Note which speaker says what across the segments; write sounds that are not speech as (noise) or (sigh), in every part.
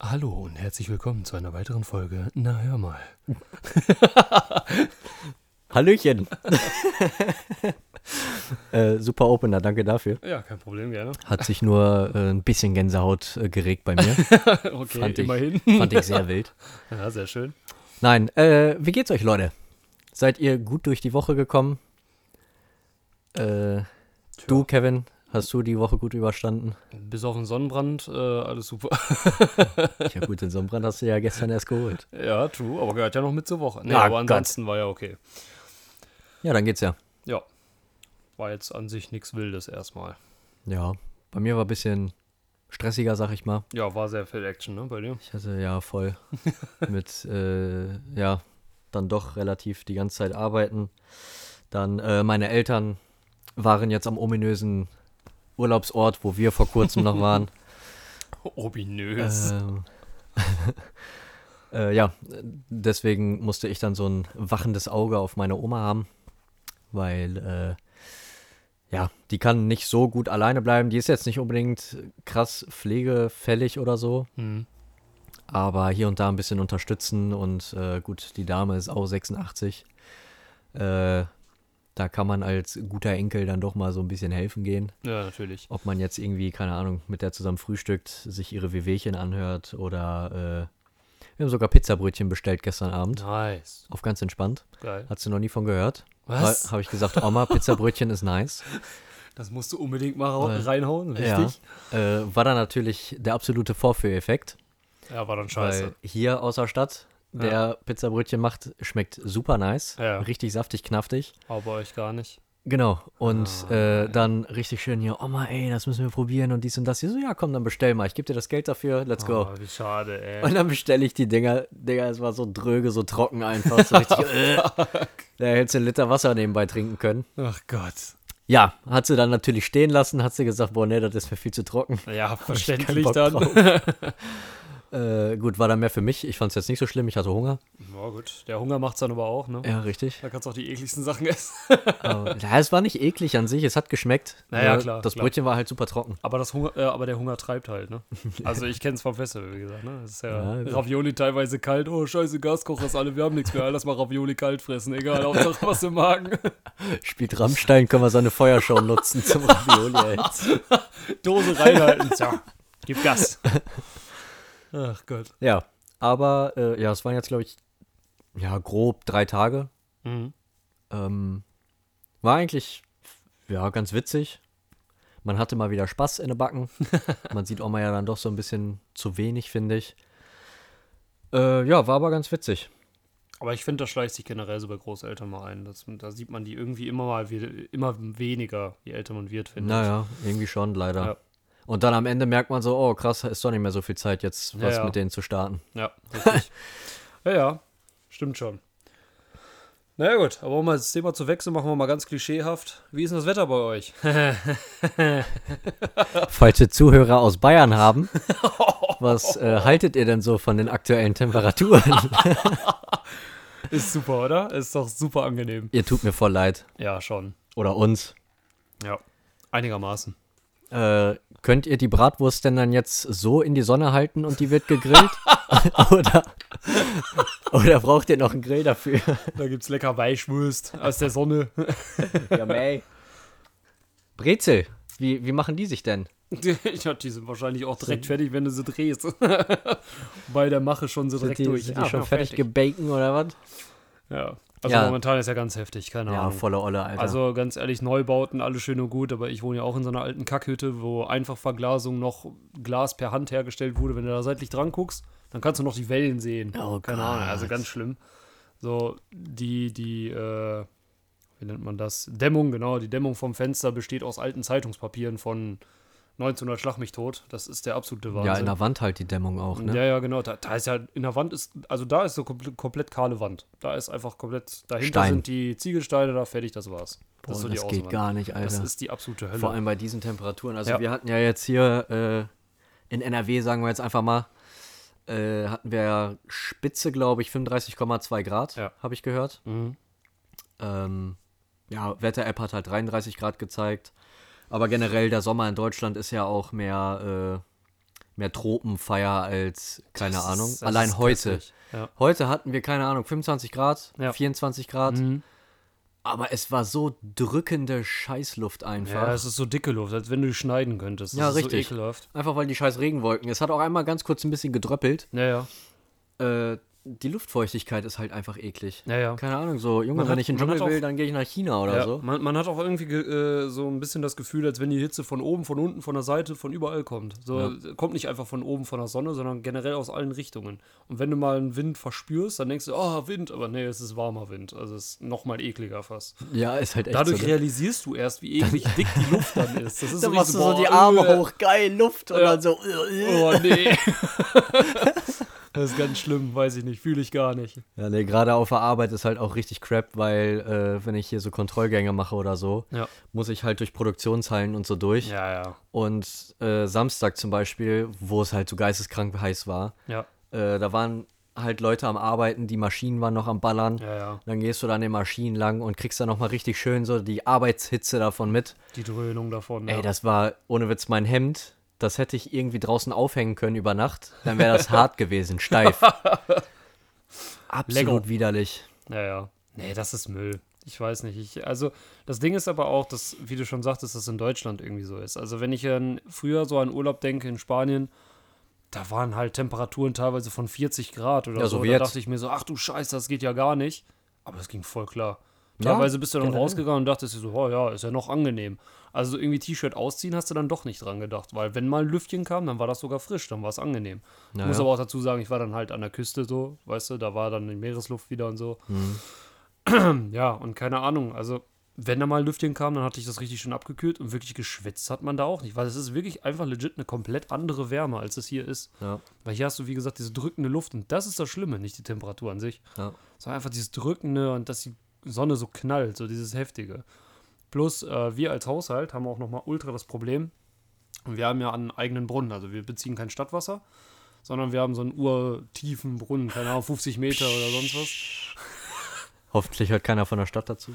Speaker 1: Hallo und herzlich willkommen zu einer weiteren Folge. Na hör mal.
Speaker 2: (laughs) Hallöchen. äh, super Opener, danke dafür.
Speaker 1: Ja, kein Problem, (laughs) gerne.
Speaker 2: Hat sich nur äh, ein bisschen Gänsehaut äh, geregt bei (laughs) mir.
Speaker 1: Okay,
Speaker 2: Fand ich-
Speaker 1: immerhin.
Speaker 2: Fand ich sehr wild.
Speaker 1: Ja, sehr schön.
Speaker 2: Nein, äh, wie geht's euch, Leute? Seid ihr gut durch die Woche gekommen? Äh, du, Kevin, hast du die Woche gut (laughs) überstanden?
Speaker 1: Bis auf den Sonnenbrand, äh, alles super. (laughs)
Speaker 2: Ja gut, den Sonnenbrand hast du ja gestern erst geholt.
Speaker 1: Ja, true, aber gehört ja noch mit zur Woche. Nee,
Speaker 2: Ja,
Speaker 1: aber
Speaker 2: ganz.
Speaker 1: ansonsten war ja okay.
Speaker 2: Ja, dann geht's ja.
Speaker 1: Ja, war jetzt an sich nichts Wildes erstmal.
Speaker 2: Ja, bei mir war ein bisschen stressiger, sag ich mal.
Speaker 1: Ja, war sehr viel Action, ne, bei dir?
Speaker 2: Ich hatte ja voll mit, äh, ja, dann doch relativ die ganze Zeit arbeiten. Dann äh, meine Eltern waren jetzt am ominösen Urlaubsort, wo wir vor kurzem noch waren.
Speaker 1: (laughs) Ominös.
Speaker 2: Ähm, (laughs) äh, ja, deswegen musste ich dann so ein wachendes Auge auf meine Oma haben, weil äh, ja, die kann nicht so gut alleine bleiben. Die ist jetzt nicht unbedingt krass pflegefällig oder so,
Speaker 1: Hm.
Speaker 2: aber hier und da ein bisschen unterstützen und äh, gut, die Dame ist auch 86. Äh, da kann man als guter Enkel dann doch mal so ein bisschen helfen gehen
Speaker 1: Ja, natürlich.
Speaker 2: ob man jetzt irgendwie, keine Ahnung, mit der zusammen frühstückt, sich ihre Wehwehchen anhört oder äh, wir haben sogar Pizzabrötchen bestellt gestern Abend.
Speaker 1: Nice.
Speaker 2: Auf ganz entspannt.
Speaker 1: Geil.
Speaker 2: Hat sie noch nie von gehört.
Speaker 1: Was?
Speaker 2: Habe ich gesagt, Oma, Pizzabrötchen ist nice.
Speaker 1: Das musst du unbedingt mal rau-
Speaker 2: Äh,
Speaker 1: reinhauen, richtig?
Speaker 2: Ja. Äh, war dann natürlich der absolute Vorführeffekt.
Speaker 1: Ja, war dann scheiße.
Speaker 2: Weil hier aus der Stadt, der Pizzabrötchen macht, schmeckt super nice.
Speaker 1: Ja.
Speaker 2: Richtig saftig, knaftig.
Speaker 1: Aber bei euch gar nicht.
Speaker 2: Genau. Und
Speaker 1: Ah.
Speaker 2: äh, dann richtig schön hier, Oma, ey, das müssen wir probieren und dies und das. Sie so, ja, komm, dann bestell mal. Ich gebe dir das Geld dafür. Let's go.
Speaker 1: Oh, wie schade, ey.
Speaker 2: Und dann bestelle ich die Dinger. Digga, es war so dröge, so trocken einfach.
Speaker 1: (laughs)
Speaker 2: So richtig, äh. Da hättest du einen Liter Wasser nebenbei trinken können.
Speaker 1: Ach Gott.
Speaker 2: Ja, hat sie dann natürlich stehen lassen, hat sie gesagt, boah, nee, das ist mir viel zu trocken.
Speaker 1: Ja,
Speaker 2: keinen
Speaker 1: verständlich
Speaker 2: Bock
Speaker 1: dann.
Speaker 2: drauf. (laughs) Äh, gut, war dann mehr für mich. Ich fand es jetzt nicht so schlimm, ich hatte Hunger.
Speaker 1: Ja, gut. Der Hunger macht's dann aber auch, ne?
Speaker 2: Ja, richtig.
Speaker 1: Da kannst du auch die ekligsten Sachen (laughs) essen.
Speaker 2: Aber, Oh. ja, es war nicht eklig an sich, es hat geschmeckt.
Speaker 1: Naja,
Speaker 2: Nur
Speaker 1: klar,
Speaker 2: Das
Speaker 1: klar.
Speaker 2: Brötchen war halt super trocken.
Speaker 1: Aber, das Hunger, äh, aber der Hunger treibt halt, (laughs) ne? Also ich kenn's vom Festival, wie gesagt, ne? Das ist ja,
Speaker 2: Ja, gut.
Speaker 1: Ravioli teilweise kalt. Oh, scheiße, Gaskocher ist alle, wir haben nichts mehr. Lass mal Ravioli kalt fressen, egal, Hauptsache was im Magen.
Speaker 2: Spielt Rammstein, können wir seine Feuershow nutzen (laughs) zum Ravioli. Ey.
Speaker 1: (laughs) Dose reinhalten, tja. Gib Gas. Ach Gott.
Speaker 2: Ja, aber äh, ja, es waren jetzt, glaube ich, ja, grob drei Tage.
Speaker 1: Mhm.
Speaker 2: Ähm, war eigentlich ja ganz witzig. Man hatte mal wieder Spaß in den
Speaker 1: (laughs)
Speaker 2: Backen. Man sieht Oma ja dann doch so ein bisschen zu wenig, finde ich. Äh, ja, war aber ganz witzig.
Speaker 1: Aber ich finde, das schleicht sich generell so bei Großeltern mal ein. Das, da sieht man die irgendwie immer mal wie- immer weniger, je älter man wird, finde ich.
Speaker 2: Naja, irgendwie schon, leider.
Speaker 1: Ja.
Speaker 2: Und dann am Ende merkt man so, oh krass, ist doch nicht mehr so viel Zeit, jetzt was
Speaker 1: Ja, ja.
Speaker 2: mit denen zu starten.
Speaker 1: Ja, richtig. (laughs) ja, ja, stimmt schon. Na ja, gut, aber um mal das Thema zu wechseln, machen wir mal ganz klischeehaft. Wie ist denn das Wetter bei (laughs) euch?
Speaker 2: Falls wir Zuhörer aus
Speaker 1: (laughs)
Speaker 2: Bayern haben, was äh, haltet ihr denn so von den
Speaker 1: (laughs)
Speaker 2: aktuellen Temperaturen?
Speaker 1: Ist super, oder? Ist doch super angenehm.
Speaker 2: ihr tut mir voll leid.
Speaker 1: Ja, schon.
Speaker 2: Oder uns.
Speaker 1: Ja, einigermaßen.
Speaker 2: Äh, könnt ihr die Bratwurst denn dann jetzt so in die Sonne halten und die
Speaker 1: (laughs)
Speaker 2: wird gegrillt? (laughs) oder, oder braucht ihr noch einen Grill dafür?
Speaker 1: Da gibt's lecker Weichwurst aus der Sonne.
Speaker 2: ja, mei. Brezel, wie, wie machen die sich denn?
Speaker 1: (laughs) ja, die sind wahrscheinlich auch direkt fertig, wenn du sie (laughs) drehst. bei der Mache schon so direkt
Speaker 2: Sind die,
Speaker 1: durch.
Speaker 2: sind
Speaker 1: Ja, genau,
Speaker 2: die schon
Speaker 1: ja,
Speaker 2: fertig gebaken oder was?
Speaker 1: Ja. Also
Speaker 2: Ja.
Speaker 1: momentan ist ja ganz heftig, keine
Speaker 2: Ja,
Speaker 1: Ahnung.
Speaker 2: volle Olle, Alter.
Speaker 1: Also ganz ehrlich, Neubauten, alles schön und gut, aber ich wohne ja auch in so einer alten Kackhütte, wo Einfachverglasung noch Glas per Hand hergestellt wurde. Wenn du da seitlich dran guckst, dann kannst du noch die Wellen sehen.
Speaker 2: Oh
Speaker 1: Keine Ahnung, also
Speaker 2: Gott.
Speaker 1: ganz schlimm. So, die, die, äh, wie nennt man das? Dämmung, genau. Die Dämmung vom Fenster besteht aus alten Zeitungspapieren von 1900 Schlag mich tot. Das ist der absolute Wahnsinn.
Speaker 2: ja, in der Wand halt die Dämmung auch, ne?
Speaker 1: Ja, ja, genau. Da, da ist ja in der Wand ist, also da ist so komple komplett kahle Wand. Da ist einfach komplett, dahinter
Speaker 2: Stein.
Speaker 1: sind die Ziegelsteine, da fertig, das war's.
Speaker 2: Boah,
Speaker 1: ist so die
Speaker 2: das
Speaker 1: Außenwand.
Speaker 2: geht gar nicht, Alter.
Speaker 1: Das ist die absolute Hölle.
Speaker 2: Vor allem bei diesen Temperaturen. Also
Speaker 1: Ja.
Speaker 2: wir hatten ja jetzt hier äh, in NRW, sagen wir jetzt einfach mal, äh, hatten wir ja Spitze, glaube ich, 35,2 Grad,
Speaker 1: Ja.
Speaker 2: habe ich gehört.
Speaker 1: Mhm.
Speaker 2: Ähm, ja, Wetter-App hat halt 33 Grad gezeigt. Aber generell der Sommer in Deutschland ist ja auch mehr, äh, mehr Tropenfeier als, keine
Speaker 1: Das ist-
Speaker 2: Ahnung,
Speaker 1: das
Speaker 2: allein
Speaker 1: ist
Speaker 2: heute.
Speaker 1: grässlich. Ja.
Speaker 2: Heute hatten wir, keine Ahnung, 25 Grad,
Speaker 1: Ja.
Speaker 2: 24 Grad,
Speaker 1: Mhm.
Speaker 2: aber es war so drückende Scheißluft
Speaker 1: Ja,
Speaker 2: einfach.
Speaker 1: es ist so dicke Luft, als wenn du die schneiden könntest. Das
Speaker 2: Ja,
Speaker 1: ist
Speaker 2: richtig.
Speaker 1: So ekelhaft.
Speaker 2: einfach weil die scheiß Regenwolken. Es hat auch einmal ganz kurz ein bisschen gedröppelt.
Speaker 1: Ja, ja.
Speaker 2: Äh, die Luftfeuchtigkeit ist halt einfach eklig.
Speaker 1: ja, ja.
Speaker 2: Keine Ahnung, so, Junge,
Speaker 1: Man
Speaker 2: wenn
Speaker 1: hat-
Speaker 2: ich in den
Speaker 1: man hat
Speaker 2: Dschungel will,
Speaker 1: auch-
Speaker 2: dann gehe ich nach China oder
Speaker 1: ja.
Speaker 2: so.
Speaker 1: Man, man hat auch irgendwie ge- äh, so ein bisschen das Gefühl, als wenn die Hitze von oben, von unten, von der Seite, von überall kommt. So kommt nicht einfach von oben, von der Sonne, sondern generell aus allen Richtungen. Und wenn du mal einen Wind verspürst, dann denkst du, oh, Wind, aber nee, es ist warmer Wind. Also es ist nochmal ekliger fast.
Speaker 2: Ja, ist halt echt
Speaker 1: Dadurch
Speaker 2: so. ne?
Speaker 1: realisierst du erst, wie eklig dick die Luft dann ist.
Speaker 2: (laughs)
Speaker 1: Das ist
Speaker 2: Dann
Speaker 1: richtig
Speaker 2: machst du so
Speaker 1: boah,
Speaker 2: die Arme
Speaker 1: äh,
Speaker 2: hoch, geil, Luft und
Speaker 1: Ja.
Speaker 2: dann so. äh, äh.
Speaker 1: Oh nee.
Speaker 2: (laughs)
Speaker 1: das ist ganz schlimm, weiß ich nicht, fühle ich gar nicht.
Speaker 2: Ja, nee, gerade auf der Arbeit ist halt auch richtig crap, weil äh, wenn ich hier so Kontrollgänge mache oder so,
Speaker 1: Ja.
Speaker 2: muss ich halt durch Produktionshallen und so durch.
Speaker 1: Ja, ja.
Speaker 2: Und äh, Samstag zum Beispiel, wo es halt so geisteskrank heiß war,
Speaker 1: Ja,
Speaker 2: äh, da waren halt Leute am Arbeiten, die Maschinen waren noch am Ballern.
Speaker 1: ja, ja.
Speaker 2: Dann gehst du da an den Maschinen lang und kriegst dann nochmal richtig schön so die Arbeitshitze davon mit.
Speaker 1: Die Dröhnung davon.
Speaker 2: Ey,
Speaker 1: ja.
Speaker 2: das war ohne Witz mein Hemd. Das hätte ich irgendwie draußen aufhängen können über Nacht. Dann wäre das hart gewesen, steif. Absolut widerlich.
Speaker 1: Ja, ja. Nee, das ist Müll. Ich weiß nicht. Ich, also, das Ding ist aber auch, dass, wie du schon sagtest, das in Deutschland irgendwie so ist. Also, wenn ich an früher so an Urlaub denke in Spanien, da waren halt Temperaturen teilweise von 40 Grad oder
Speaker 2: Ja, so
Speaker 1: so.
Speaker 2: wie
Speaker 1: da
Speaker 2: jetzt.
Speaker 1: dachte ich mir so, ach du Scheiße, das geht ja gar nicht. Aber es ging voll klar.
Speaker 2: Ja,
Speaker 1: Teilweise bist du dann
Speaker 2: generell.
Speaker 1: rausgegangen und dachtest dir so, oh ja, ist ja noch angenehm. Also irgendwie T-Shirt ausziehen hast du dann doch nicht dran gedacht, weil wenn mal ein Lüftchen kam, dann war das sogar frisch, dann war es angenehm. Ich
Speaker 2: Naja.
Speaker 1: muss aber auch dazu sagen, ich war dann halt an der Küste so, weißt du, da war dann die Meeresluft wieder und so. (clears throat) Ja, und keine Ahnung, also wenn da mal ein Lüftchen kam, dann hatte ich das richtig schön abgekühlt und wirklich geschwitzt hat man da auch nicht, weil es ist wirklich einfach legit eine komplett andere Wärme, als es hier ist.
Speaker 2: Ja,
Speaker 1: Weil hier hast du, wie gesagt, diese drückende Luft und das ist das Schlimme, nicht die Temperatur an sich,
Speaker 2: ja.
Speaker 1: sondern einfach dieses Drückende und dass die Sonne so knallt, so dieses Heftige. Plus, äh, wir als Haushalt haben auch nochmal ultra das Problem, wir haben ja einen eigenen Brunnen, also wir beziehen kein Stadtwasser, sondern wir haben so einen urtiefen Brunnen, keine Ahnung, 50 Meter oder sonst was.
Speaker 2: Hoffentlich hört keiner von der Stadt dazu.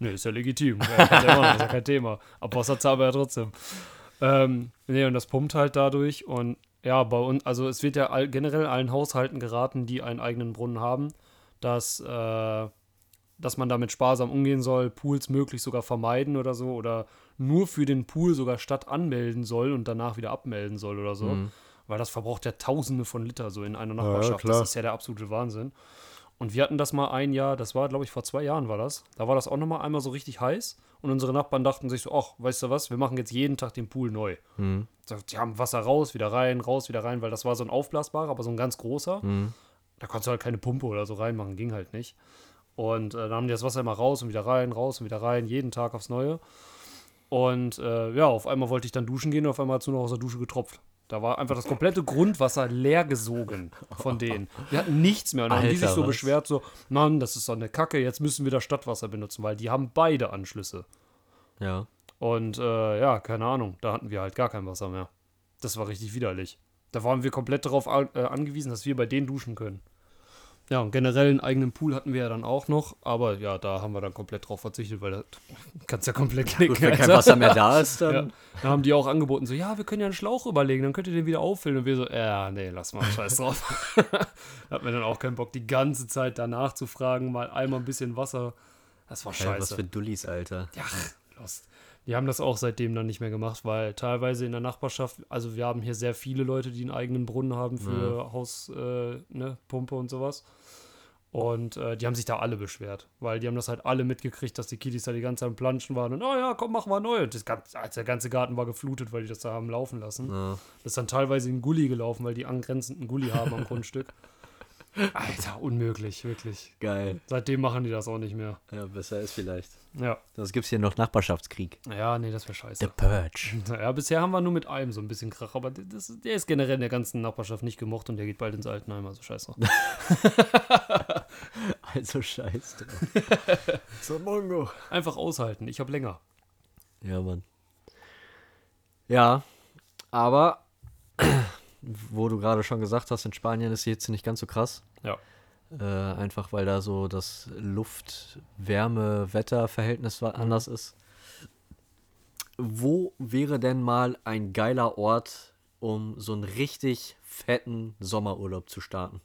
Speaker 1: Nee, ist ja legitim. Ja, kann der machen, ist ja kein Thema. Abwasser zahlen wir ja trotzdem. Ähm, nee, und das pumpt halt dadurch. Und ja, bei uns, also es wird ja all, generell allen Haushalten geraten, die einen eigenen Brunnen haben, dass, äh, dass man damit sparsam umgehen soll, Pools möglichst sogar vermeiden oder so. Oder nur für den Pool sogar statt anmelden soll und danach wieder abmelden soll oder so. Weil das verbraucht ja tausende von Liter so in einer Nachbarschaft.
Speaker 2: klar.
Speaker 1: das ist Mhm. ja der absolute Wahnsinn. Und wir hatten das mal ein Jahr, das war, glaube ich, vor zwei Jahren war das. Da war das auch nochmal einmal so richtig heiß. Und unsere Nachbarn dachten sich so, ach, weißt du was, wir machen jetzt jeden Tag den Pool neu. So, Die haben Wasser raus, wieder rein, raus, wieder rein, weil das war so ein aufblasbarer, aber so ein ganz großer.
Speaker 2: Mhm.
Speaker 1: Da konntest du halt keine Pumpe oder so reinmachen, ging halt nicht. Und äh, dann haben die das Wasser immer raus und wieder rein, raus und wieder rein, jeden Tag aufs Neue. Und äh, ja, auf einmal wollte ich dann duschen gehen und auf einmal hat es nur noch aus der Dusche getropft. Da war einfach das komplette Grundwasser leer gesogen
Speaker 2: (laughs)
Speaker 1: von denen. Wir hatten nichts mehr. Und dann haben die
Speaker 2: Alter,
Speaker 1: sich so
Speaker 2: was?
Speaker 1: beschwert, so, Mann, das ist so eine Kacke, jetzt müssen wir das Stadtwasser benutzen, weil die haben beide Anschlüsse.
Speaker 2: Ja.
Speaker 1: Und äh, ja, keine Ahnung, da hatten wir halt gar kein Wasser mehr. Das war richtig widerlich. Da waren wir komplett darauf an, äh, angewiesen, dass wir bei denen duschen können. Ja, und generell einen eigenen Pool hatten wir ja dann auch noch, aber ja, da haben wir dann komplett drauf verzichtet, (laughs) weil da kannst ja komplett knicken.
Speaker 2: Gut,
Speaker 1: (laughs)
Speaker 2: wenn kein
Speaker 1: Alter.
Speaker 2: Wasser mehr da ist,
Speaker 1: Ja.
Speaker 2: dann.
Speaker 1: Da haben die auch angeboten, so, ja, wir können ja einen Schlauch überlegen, dann könnt ihr den wieder auffüllen. Und wir so, ja, nee, lass mal, scheiß drauf. (laughs) Hat mir dann auch keinen Bock, die ganze Zeit danach zu fragen, mal einmal ein bisschen Wasser. Das war
Speaker 2: Ey, was
Speaker 1: scheiße.
Speaker 2: für Dullis, Alter.
Speaker 1: Ja, lost. Die haben das auch seitdem dann nicht mehr gemacht, weil teilweise in der Nachbarschaft, also wir haben hier sehr viele Leute, die einen eigenen Brunnen haben für Haus, äh, ne, Pumpe und sowas. Und äh, die haben sich da alle beschwert, weil die haben das halt alle mitgekriegt, dass die Kiddies da die ganze Zeit am Planschen waren und, oh ja, komm, mach mal neu. Und das ganze, als der ganze Garten war geflutet, weil die das da haben laufen lassen.
Speaker 2: Ja.
Speaker 1: Das ist dann teilweise in den Gully gelaufen, weil die angrenzenden Gully haben am Grundstück. Alter, unmöglich, wirklich.
Speaker 2: Geil.
Speaker 1: Seitdem machen die das auch nicht mehr.
Speaker 2: Ja, besser ist vielleicht.
Speaker 1: Ja,
Speaker 2: Sonst gibt's hier noch Nachbarschaftskrieg.
Speaker 1: ja, nee, das wäre scheiße.
Speaker 2: The Purge.
Speaker 1: Ja, bisher haben wir nur mit einem so ein bisschen Krach, aber das, der ist generell in der ganzen Nachbarschaft nicht gemocht und der geht bald ins Altenheim, also scheiße.
Speaker 2: (laughs)
Speaker 1: (laughs)
Speaker 2: Also scheiß drauf. so Mongo.
Speaker 1: Einfach aushalten, ich habe länger.
Speaker 2: Ja, Mann. Ja, aber (clears throat) wo du gerade schon gesagt hast, in Spanien ist die Hitze nicht ganz so krass.
Speaker 1: Ja.
Speaker 2: Äh, einfach weil da so das Luft-Wärme-Wetter-Verhältnis wa- anders ist. Wo wäre denn mal ein geiler Ort um so einen richtig fetten Sommerurlaub zu starten.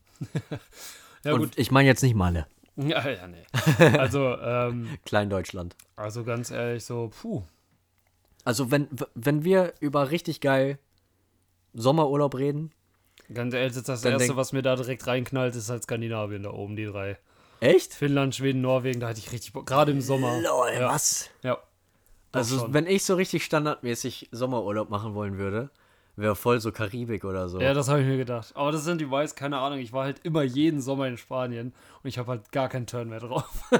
Speaker 1: Ja,
Speaker 2: Und ich meine jetzt nicht Malle,
Speaker 1: (laughs) Ja, ja, (laughs) nee. Also, ähm,
Speaker 2: Kleindeutschland.
Speaker 1: also ganz ehrlich, so, puh.
Speaker 2: Also wenn, w- wenn wir über richtig geil Sommerurlaub reden,
Speaker 1: Ganz ehrlich, das, ist das
Speaker 2: Dann
Speaker 1: Erste,
Speaker 2: denk-
Speaker 1: was mir da direkt reinknallt, ist halt Skandinavien da oben, die drei.
Speaker 2: echt?
Speaker 1: Finnland, Schweden, Norwegen, da hatte ich richtig Bock. Gerade im Sommer.
Speaker 2: Lol,
Speaker 1: ja.
Speaker 2: was?
Speaker 1: Ja.
Speaker 2: Also
Speaker 1: schon.
Speaker 2: wenn ich so richtig standardmäßig Sommerurlaub machen wollen würde, wäre voll so Karibik oder so.
Speaker 1: ja, das habe ich mir gedacht. Aber das sind die Weiß, keine Ahnung. Ich war halt immer jeden Sommer in Spanien und ich habe halt gar keinen Turn mehr drauf. (laughs)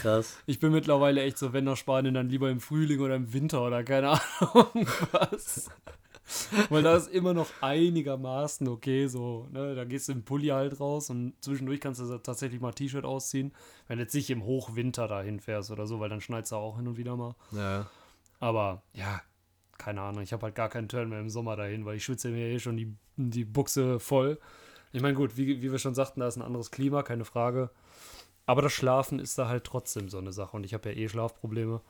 Speaker 2: Krass.
Speaker 1: Ich bin mittlerweile echt so, wenn nach Spanien, dann lieber im Frühling oder im Winter oder keine (laughs) Ahnung was. Weil da ist immer noch einigermaßen okay, so, ne, da gehst du im Pulli halt raus und zwischendurch kannst du tatsächlich mal ein T-Shirt ausziehen, wenn du jetzt nicht im Hochwinter dahin fährst oder so, weil dann schneit's da auch hin und wieder mal.
Speaker 2: Ja.
Speaker 1: Aber ja, keine Ahnung, ich habe halt gar keinen Turn mehr im Sommer dahin, weil ich schwitze mir eh schon die, die Buchse voll. Ich meine, gut, wie, wie wir schon sagten, da ist ein anderes Klima, keine Frage. Aber das Schlafen ist da halt trotzdem so eine Sache und ich habe ja eh Schlafprobleme.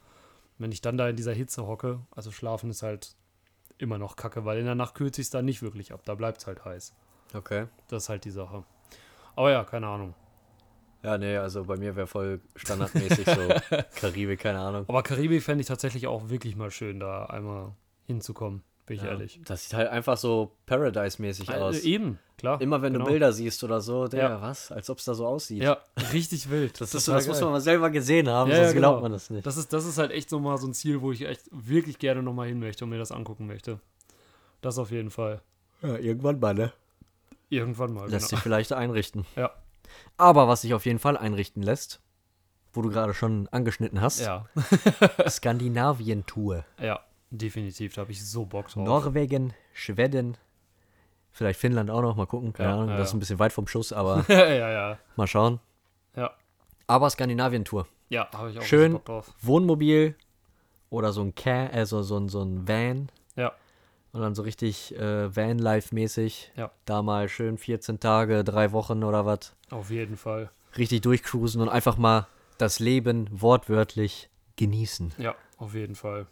Speaker 1: Wenn ich dann da in dieser Hitze hocke, also Schlafen ist halt immer noch kacke, weil in der Nacht kühlt sich's dann nicht wirklich ab, da bleibt's halt heiß.
Speaker 2: Okay.
Speaker 1: Das ist halt die Sache. Aber ja, keine Ahnung.
Speaker 2: Ja, nee, also bei mir wäre voll standardmäßig so
Speaker 1: (laughs)
Speaker 2: Karibik, keine Ahnung.
Speaker 1: Aber Karibik fände ich tatsächlich auch wirklich mal schön, da einmal hinzukommen, bin ich
Speaker 2: Ja.
Speaker 1: ehrlich.
Speaker 2: Das sieht halt einfach so Paradise-mäßig
Speaker 1: Äh,
Speaker 2: aus.
Speaker 1: Eben, klar.
Speaker 2: Immer wenn
Speaker 1: genau.
Speaker 2: du Bilder siehst oder so, der,
Speaker 1: Ja.
Speaker 2: was? Als ob es da so aussieht.
Speaker 1: Ja, richtig wild.
Speaker 2: Das, ist so,
Speaker 1: total
Speaker 2: das muss
Speaker 1: geil.
Speaker 2: man mal selber gesehen haben,
Speaker 1: Ja, ja,
Speaker 2: sonst glaubt
Speaker 1: genau.
Speaker 2: man das nicht.
Speaker 1: Das ist, das ist halt echt so mal so ein Ziel, wo ich echt wirklich gerne nochmal hin möchte und mir das angucken möchte. Das auf jeden Fall.
Speaker 2: Ja, irgendwann mal, ne?
Speaker 1: Irgendwann mal.
Speaker 2: Lässt
Speaker 1: genau.
Speaker 2: sich vielleicht einrichten.
Speaker 1: (laughs) Ja.
Speaker 2: Aber was sich auf jeden Fall einrichten lässt, wo du gerade schon angeschnitten hast,
Speaker 1: Ja,
Speaker 2: (laughs) Skandinavien-Tour.
Speaker 1: ja, definitiv. Da habe ich so Bock drauf.
Speaker 2: Norwegen, Schweden, vielleicht Finnland auch noch, mal gucken, keine
Speaker 1: Ja,
Speaker 2: Ahnung,
Speaker 1: ja,
Speaker 2: das ist
Speaker 1: ja.
Speaker 2: ein bisschen weit vom Schuss, aber
Speaker 1: (laughs) (laughs) ja, ja,
Speaker 2: mal schauen.
Speaker 1: ja.
Speaker 2: Aber Skandinavien-Tour.
Speaker 1: Ja, habe ich auch
Speaker 2: Schön.
Speaker 1: richtig Bock drauf.
Speaker 2: Wohnmobil oder so ein Ca, also so ein, so ein Van
Speaker 1: Ja,
Speaker 2: und dann so richtig äh, Van-Life-mäßig.
Speaker 1: Ja.
Speaker 2: Da mal schön 14 Tage, drei Wochen oder was.
Speaker 1: auf jeden Fall.
Speaker 2: Richtig durchcruisen und einfach mal das Leben wortwörtlich genießen.
Speaker 1: Ja, auf jeden Fall.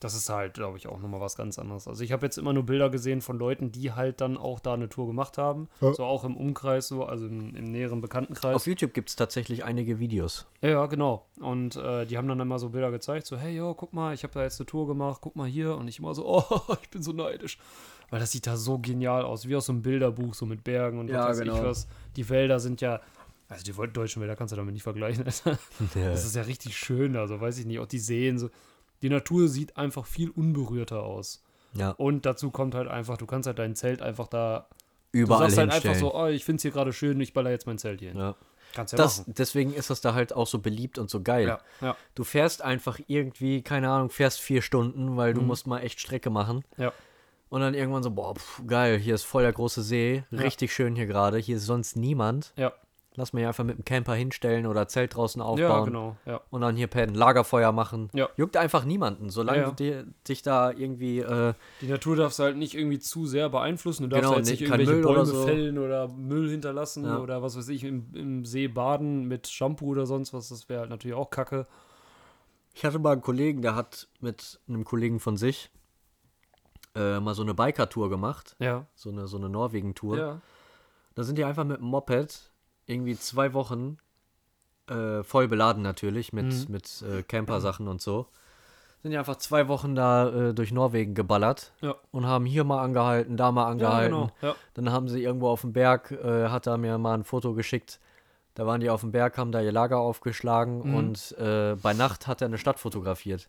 Speaker 1: Das ist halt, glaube ich, auch nochmal was ganz anderes. Also ich habe jetzt immer nur Bilder gesehen von Leuten, die halt dann auch da eine Tour gemacht haben. So auch im Umkreis, so, also im, im näheren Bekanntenkreis.
Speaker 2: Auf YouTube gibt es tatsächlich einige Videos.
Speaker 1: Ja, ja, genau. Und äh, die haben dann immer so Bilder gezeigt, so, hey, yo, guck mal, ich habe da jetzt eine Tour gemacht, guck mal hier. Und ich immer so, (laughs) oh, ich bin so neidisch. Weil das sieht da so genial aus, wie aus so einem Bilderbuch, so mit Bergen und
Speaker 2: Ja,
Speaker 1: was weiß ich
Speaker 2: genau.
Speaker 1: was. Die Wälder sind ja, also die Wol- deutschen Wälder kannst du damit nicht vergleichen. (laughs) Alter. Das ist ja richtig schön, also weiß ich nicht, auch die Seen. So. Die Natur sieht einfach viel unberührter aus.
Speaker 2: Ja,
Speaker 1: Und dazu kommt halt einfach, du kannst halt dein Zelt einfach da, du
Speaker 2: überall
Speaker 1: sagst halt einfach
Speaker 2: hinstellen.
Speaker 1: so, oh, ich find's hier gerade schön, ich baller jetzt mein Zelt hier hin.
Speaker 2: ja.
Speaker 1: Kannst ja
Speaker 2: Das,
Speaker 1: machen.
Speaker 2: deswegen ist das da halt auch so beliebt und so geil.
Speaker 1: Ja, ja,
Speaker 2: Du fährst einfach irgendwie, keine Ahnung, fährst vier Stunden, weil du musst mal echt Strecke machen.
Speaker 1: Mhm. ja.
Speaker 2: Und dann irgendwann so, boah, pf, geil, hier ist voll der große See, richtig schön hier gerade, hier ist sonst niemand.
Speaker 1: Ja,
Speaker 2: Lass mir hier einfach mit dem Camper hinstellen oder Zelt draußen aufbauen.
Speaker 1: ja genau. Ja.
Speaker 2: Und dann hier pennen, Lagerfeuer machen.
Speaker 1: Ja.
Speaker 2: Juckt einfach niemanden, solange
Speaker 1: Ja, ja.
Speaker 2: du dir, dich da irgendwie, äh,
Speaker 1: Die Natur darfst du halt nicht irgendwie zu sehr beeinflussen. Du darfst
Speaker 2: Genau,
Speaker 1: halt nicht
Speaker 2: nicht- kein
Speaker 1: irgendwelche
Speaker 2: Müll
Speaker 1: Bäume
Speaker 2: oder so.
Speaker 1: fällen oder Müll hinterlassen
Speaker 2: Ja.
Speaker 1: oder was weiß ich, im, im See baden mit Shampoo oder sonst was. Das wäre halt natürlich auch kacke.
Speaker 2: Ich hatte mal einen Kollegen, der hat mit einem Kollegen von sich äh, mal so eine Biker-Tour gemacht.
Speaker 1: Ja.
Speaker 2: So eine, so eine Norwegen-Tour.
Speaker 1: Ja.
Speaker 2: Da sind die einfach mit dem Moped irgendwie zwei Wochen äh, voll beladen natürlich
Speaker 1: Mhm.
Speaker 2: mit, mit äh, Camper-Sachen und so. Sind die einfach zwei Wochen da äh, durch Norwegen geballert
Speaker 1: Ja.
Speaker 2: und haben hier mal angehalten, da mal
Speaker 1: Ja,
Speaker 2: angehalten.
Speaker 1: genau. Ja.
Speaker 2: Dann haben sie irgendwo auf dem Berg, äh, hat er mir mal ein Foto geschickt. Da waren die auf dem Berg, haben da ihr Lager aufgeschlagen
Speaker 1: Mhm.
Speaker 2: und äh, bei Nacht hat er eine Stadt fotografiert.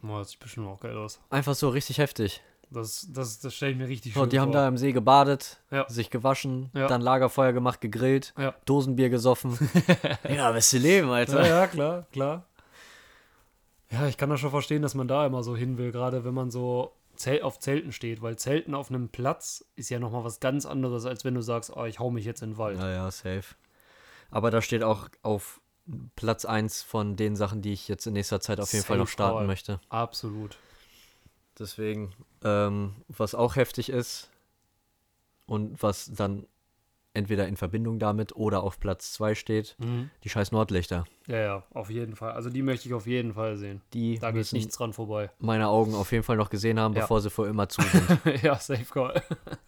Speaker 1: Boah, das sieht bestimmt auch geil aus.
Speaker 2: Einfach so richtig heftig.
Speaker 1: Das, das, das stelle ich mir richtig schön
Speaker 2: Und Oh, die haben
Speaker 1: vor.
Speaker 2: da im See gebadet,
Speaker 1: Ja.
Speaker 2: sich gewaschen,
Speaker 1: Ja.
Speaker 2: dann Lagerfeuer gemacht, gegrillt,
Speaker 1: Ja. (laughs)
Speaker 2: Dosenbier gesoffen. ja, beste Leben, Alter.
Speaker 1: Ja, ja, klar, klar. Ja, ich kann das schon verstehen, dass man da immer so hin will, gerade wenn man so Zel auf Zelten steht, weil Zelten auf einem Platz ist ja nochmal was ganz anderes, als wenn du sagst, oh, ich hau mich jetzt in den Wald.
Speaker 2: Ja, ja, safe. Aber da steht auch auf Platz 1 von den Sachen, die ich jetzt in nächster Zeit auf jeden Fall noch
Speaker 1: Safe
Speaker 2: starten
Speaker 1: call.
Speaker 2: möchte.
Speaker 1: Absolut.
Speaker 2: Deswegen, ähm, was auch heftig ist und was dann entweder in Verbindung damit oder auf Platz 2 steht,
Speaker 1: Mhm.
Speaker 2: die scheiß Nordlichter.
Speaker 1: Ja, ja, auf jeden Fall. Also die möchte ich auf jeden Fall sehen.
Speaker 2: Die
Speaker 1: Da geht
Speaker 2: müssen
Speaker 1: nichts dran vorbei. (laughs)
Speaker 2: meine Augen auf jeden Fall noch gesehen haben,
Speaker 1: Ja.
Speaker 2: bevor sie vor immer zu sind.
Speaker 1: ja, safe call.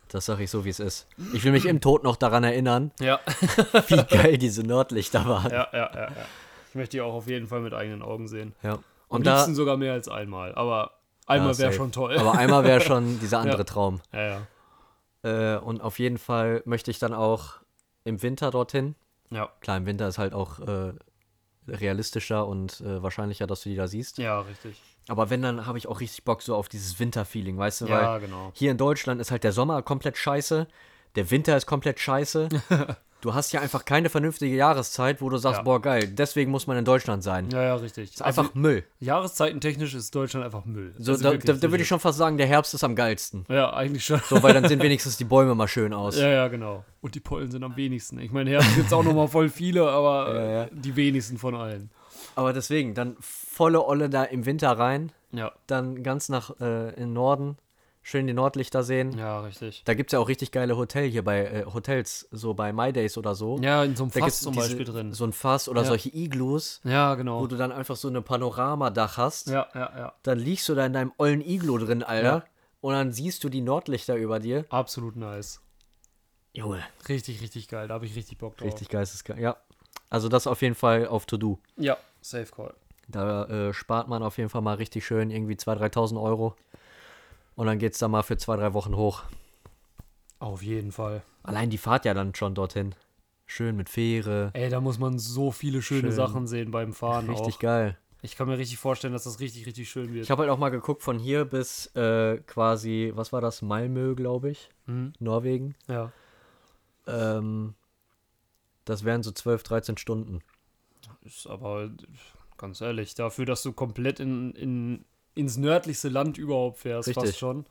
Speaker 2: Das sage ich so, wie es ist. Ich will mich im Tod noch daran erinnern,
Speaker 1: ja,
Speaker 2: wie geil diese Nordlichter
Speaker 1: (laughs)
Speaker 2: waren.
Speaker 1: ja, ja, ja, ja. Ich möchte die auch auf jeden Fall mit eigenen Augen sehen.
Speaker 2: Ja.
Speaker 1: Am
Speaker 2: Und da,
Speaker 1: liebsten sogar mehr als einmal. Aber einmal
Speaker 2: Ja,
Speaker 1: wäre
Speaker 2: safe.
Speaker 1: schon toll.
Speaker 2: aber einmal wäre schon dieser andere
Speaker 1: Ja.
Speaker 2: Traum.
Speaker 1: (laughs) ja, ja.
Speaker 2: Äh, und auf jeden Fall möchte ich dann auch im Winter dorthin.
Speaker 1: Ja,
Speaker 2: Klar, im Winter ist halt auch äh, realistischer und äh, wahrscheinlicher, dass du die da siehst.
Speaker 1: ja, richtig.
Speaker 2: Aber wenn, dann habe ich auch richtig Bock so auf dieses Winterfeeling, weißt du?
Speaker 1: Ja,
Speaker 2: Weil
Speaker 1: genau.
Speaker 2: hier in Deutschland ist halt der Sommer komplett scheiße, der Winter ist
Speaker 1: (laughs)
Speaker 2: komplett scheiße. du hast ja einfach keine vernünftige Jahreszeit, wo du sagst,
Speaker 1: Ja.
Speaker 2: boah, geil, deswegen muss man in Deutschland sein.
Speaker 1: Ja, also ja, richtig.
Speaker 2: Ist einfach Müll.
Speaker 1: Jahreszeitentechnisch ist Deutschland einfach Müll.
Speaker 2: So,
Speaker 1: Also
Speaker 2: da
Speaker 1: wirklich,
Speaker 2: da, da würde ich
Speaker 1: wirklich.
Speaker 2: schon fast sagen, der Herbst ist am geilsten.
Speaker 1: Ja, eigentlich schon.
Speaker 2: So, weil dann sehen wenigstens die Bäume mal schön aus.
Speaker 1: (laughs) Ja, ja, genau. Und die Pollen sind am wenigsten. Ich meine, Herbst gibt es auch nochmal voll viele, aber
Speaker 2: (laughs) Ja, ja.
Speaker 1: äh, die wenigsten von allen.
Speaker 2: Aber deswegen, dann volle Olle da im Winter rein,
Speaker 1: Ja,
Speaker 2: dann ganz nach äh, in den Norden, schön die Nordlichter sehen.
Speaker 1: ja, richtig.
Speaker 2: Da gibt es ja auch richtig geile Hotel hier bei äh, Hotels, so bei My Days oder so.
Speaker 1: Ja, in so einem
Speaker 2: da
Speaker 1: Fass zum
Speaker 2: diese-
Speaker 1: Beispiel drin.
Speaker 2: So ein Fass oder
Speaker 1: Ja.
Speaker 2: solche Igloos,
Speaker 1: ja,
Speaker 2: wo
Speaker 1: genau.
Speaker 2: du dann einfach so eine Panoramadach hast.
Speaker 1: Ja, ja, ja.
Speaker 2: Dann liegst du da in deinem ollen Iglo drin, Alter. Und dann siehst du die Nordlichter über dir.
Speaker 1: Absolut nice.
Speaker 2: Junge,
Speaker 1: Richtig, richtig geil. Da habe ich richtig Bock drauf.
Speaker 2: richtig geistesgeil. Ja. Also das auf jeden Fall auf To-Do.
Speaker 1: Ja, safe call.
Speaker 2: Da äh, spart man auf jeden Fall mal richtig schön irgendwie 2.000, 3.000 Euro. Und dann geht's da mal für zwei, drei Wochen hoch.
Speaker 1: Auf jeden Fall.
Speaker 2: Allein die Fahrt ja dann schon dorthin. Schön mit Fähre.
Speaker 1: Ey, da muss man so viele schöne
Speaker 2: Schön.
Speaker 1: Sachen sehen beim Fahren
Speaker 2: Richtig
Speaker 1: auch.
Speaker 2: geil.
Speaker 1: Ich kann mir richtig vorstellen, dass das richtig, richtig schön wird.
Speaker 2: Ich habe halt auch mal geguckt von hier bis äh, quasi, was war das? Malmö, glaube ich.
Speaker 1: Mhm.
Speaker 2: Norwegen.
Speaker 1: Ja.
Speaker 2: Ähm, das wären so 12, 13 Stunden.
Speaker 1: Ist aber ganz ehrlich, dafür, dass du komplett in, in, ins nördlichste Land überhaupt fährst, fast
Speaker 2: Richtig.
Speaker 1: schon.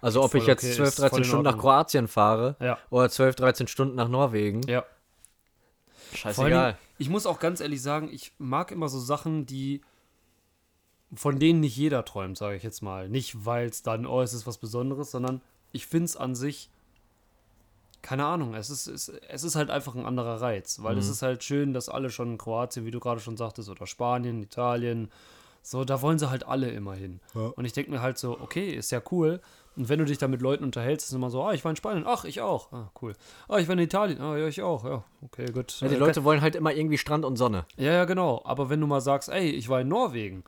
Speaker 2: Also ob
Speaker 1: Voll
Speaker 2: ich jetzt
Speaker 1: okay,
Speaker 2: 12,
Speaker 1: ist voll
Speaker 2: 13
Speaker 1: in
Speaker 2: Stunden nach
Speaker 1: Ordnung.
Speaker 2: Kroatien fahre
Speaker 1: Ja.
Speaker 2: oder 12, 13 Stunden nach Norwegen.
Speaker 1: Ja. Vor allen Dingen,
Speaker 2: Scheißegal.
Speaker 1: ich muss auch ganz ehrlich sagen, ich mag immer so Sachen, die von denen nicht jeder träumt, sage ich jetzt mal. Nicht, weil es dann, oh, es ist was Besonderes, sondern ich finde es an sich, keine Ahnung, es ist, es, es ist halt einfach ein anderer Reiz, weil
Speaker 2: Mhm.
Speaker 1: es ist halt schön, dass alle schon in Kroatien, wie du gerade schon sagtest, oder Spanien, Italien, so, da wollen sie halt alle immer hin. Und ich denke mir halt so, okay, ist ja cool. Und wenn du dich da mit Leuten unterhältst, ist immer so, ah, ich war in Spanien, ach, ich auch, ah, cool. Ah, ich war in Italien, ah, ja, ich auch, ja, okay, gut.
Speaker 2: Ja, die
Speaker 1: Äh,
Speaker 2: Leute wollen halt immer irgendwie Strand
Speaker 1: (laughs)
Speaker 2: und Sonne.
Speaker 1: ja, ja, genau. Aber wenn du mal sagst, ey, ich war in Norwegen,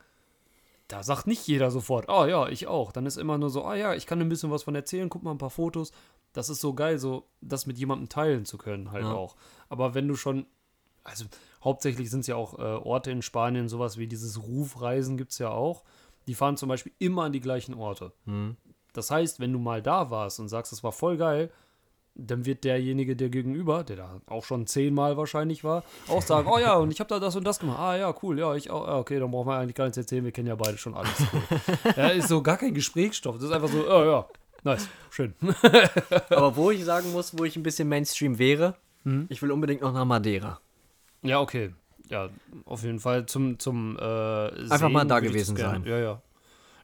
Speaker 1: da sagt nicht jeder sofort, ah ja, ich auch. Dann ist immer nur so, ah ja, ich kann ein bisschen was von erzählen, guck mal ein paar Fotos. Das ist so geil, so das mit jemandem teilen zu können, halt
Speaker 2: Ja.
Speaker 1: auch. Aber wenn du schon, also hauptsächlich sind es ja auch äh, Orte in Spanien, sowas wie dieses Rufreisen gibt es ja auch. Die fahren zum Beispiel immer an die gleichen Orte. Das heißt, wenn du mal da warst und sagst, das war voll geil, dann wird derjenige, der gegenüber, der da auch schon zehnmal wahrscheinlich war, auch sagen, oh ja, und ich habe da das und das gemacht. Ah ja, cool, ja, ich auch. Ah, okay, dann brauchen wir eigentlich gar nichts erzählen, wir kennen ja beide schon
Speaker 2: (laughs)
Speaker 1: alles. Cool. ja, ist so gar kein Gesprächsstoff. Das ist einfach so, oh ja, nice, schön. (laughs)
Speaker 2: Aber wo ich sagen muss, wo ich ein bisschen Mainstream wäre,
Speaker 1: Mhm.
Speaker 2: ich will unbedingt noch nach Madeira.
Speaker 1: Ja, okay. Ja, auf jeden Fall zum, zum äh, Sehen
Speaker 2: Einfach mal da
Speaker 1: würd ich das
Speaker 2: gewesen
Speaker 1: gerne-
Speaker 2: sein.
Speaker 1: Ja, ja.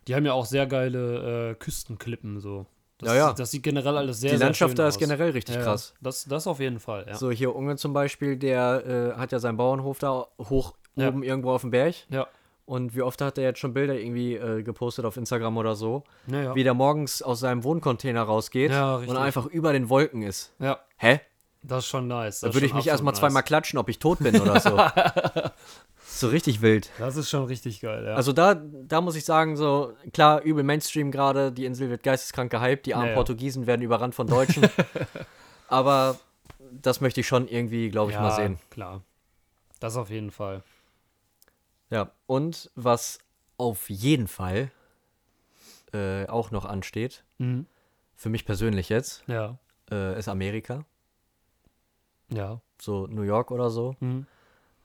Speaker 1: Die haben ja auch sehr geile äh, Küstenklippen so. Das,
Speaker 2: Ja, ja.
Speaker 1: das sieht generell alles sehr,
Speaker 2: die
Speaker 1: sehr
Speaker 2: Landschaft
Speaker 1: schön
Speaker 2: da ist
Speaker 1: aus.
Speaker 2: generell richtig
Speaker 1: ja, ja.
Speaker 2: krass.
Speaker 1: Das, das auf jeden Fall, ja.
Speaker 2: So hier Unge zum Beispiel, der äh, hat ja seinen Bauernhof da hoch
Speaker 1: Ja.
Speaker 2: oben irgendwo auf dem Berg.
Speaker 1: Ja,
Speaker 2: Und wie oft hat er jetzt schon Bilder irgendwie äh, gepostet auf Instagram oder so,
Speaker 1: ja, ja.
Speaker 2: wie der morgens aus seinem Wohncontainer rausgeht
Speaker 1: Ja,
Speaker 2: und
Speaker 1: richtig.
Speaker 2: einfach über den Wolken ist.
Speaker 1: ja.
Speaker 2: Hä?
Speaker 1: Das ist schon nice.
Speaker 2: Da
Speaker 1: das ist
Speaker 2: würde ich
Speaker 1: schon
Speaker 2: mich erstmal
Speaker 1: absolut
Speaker 2: zweimal
Speaker 1: nice.
Speaker 2: klatschen, ob ich tot bin oder so.
Speaker 1: (laughs)
Speaker 2: so richtig wild.
Speaker 1: Das ist schon richtig geil, ja.
Speaker 2: Also da, da muss ich sagen, so klar, übel Mainstream gerade, die Insel wird geisteskrank gehypt, die armen
Speaker 1: Ja, ja.
Speaker 2: Portugiesen werden überrannt
Speaker 1: (laughs)
Speaker 2: von Deutschen. Aber das möchte ich schon irgendwie, glaube ich,
Speaker 1: ja,
Speaker 2: mal sehen.
Speaker 1: Klar. Das auf jeden Fall.
Speaker 2: Ja, und was auf jeden Fall äh, auch noch ansteht,
Speaker 1: Mhm.
Speaker 2: für mich persönlich jetzt,
Speaker 1: Ja.
Speaker 2: äh, ist Amerika,
Speaker 1: Ja.
Speaker 2: so New York oder so.
Speaker 1: Mhm.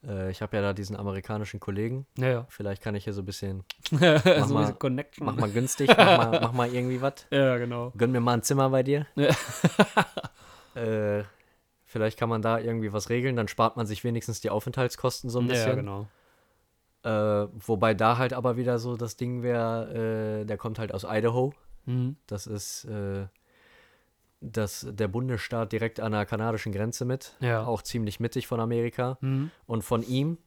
Speaker 2: Äh, ich habe ja da diesen amerikanischen Kollegen.
Speaker 1: Ja, ja.
Speaker 2: Vielleicht kann ich hier so ein bisschen,
Speaker 1: (laughs) so ein
Speaker 2: mal-
Speaker 1: bisschen Connection.
Speaker 2: mach mal günstig, mach mal, mach mal irgendwie was.
Speaker 1: Ja, genau.
Speaker 2: Gönn mir mal ein Zimmer bei dir.
Speaker 1: Ja.
Speaker 2: (laughs) äh, vielleicht kann man da irgendwie was regeln, dann spart man sich wenigstens die Aufenthaltskosten so ein bisschen.
Speaker 1: Ja, genau.
Speaker 2: äh, wobei da halt aber wieder so das Ding wäre, äh, der kommt halt aus Idaho.
Speaker 1: Mhm.
Speaker 2: Das ist äh, das, der Bundesstaat direkt an der kanadischen Grenze mit,
Speaker 1: Ja.
Speaker 2: auch ziemlich mittig von Amerika.
Speaker 1: Mhm.
Speaker 2: Und von ihm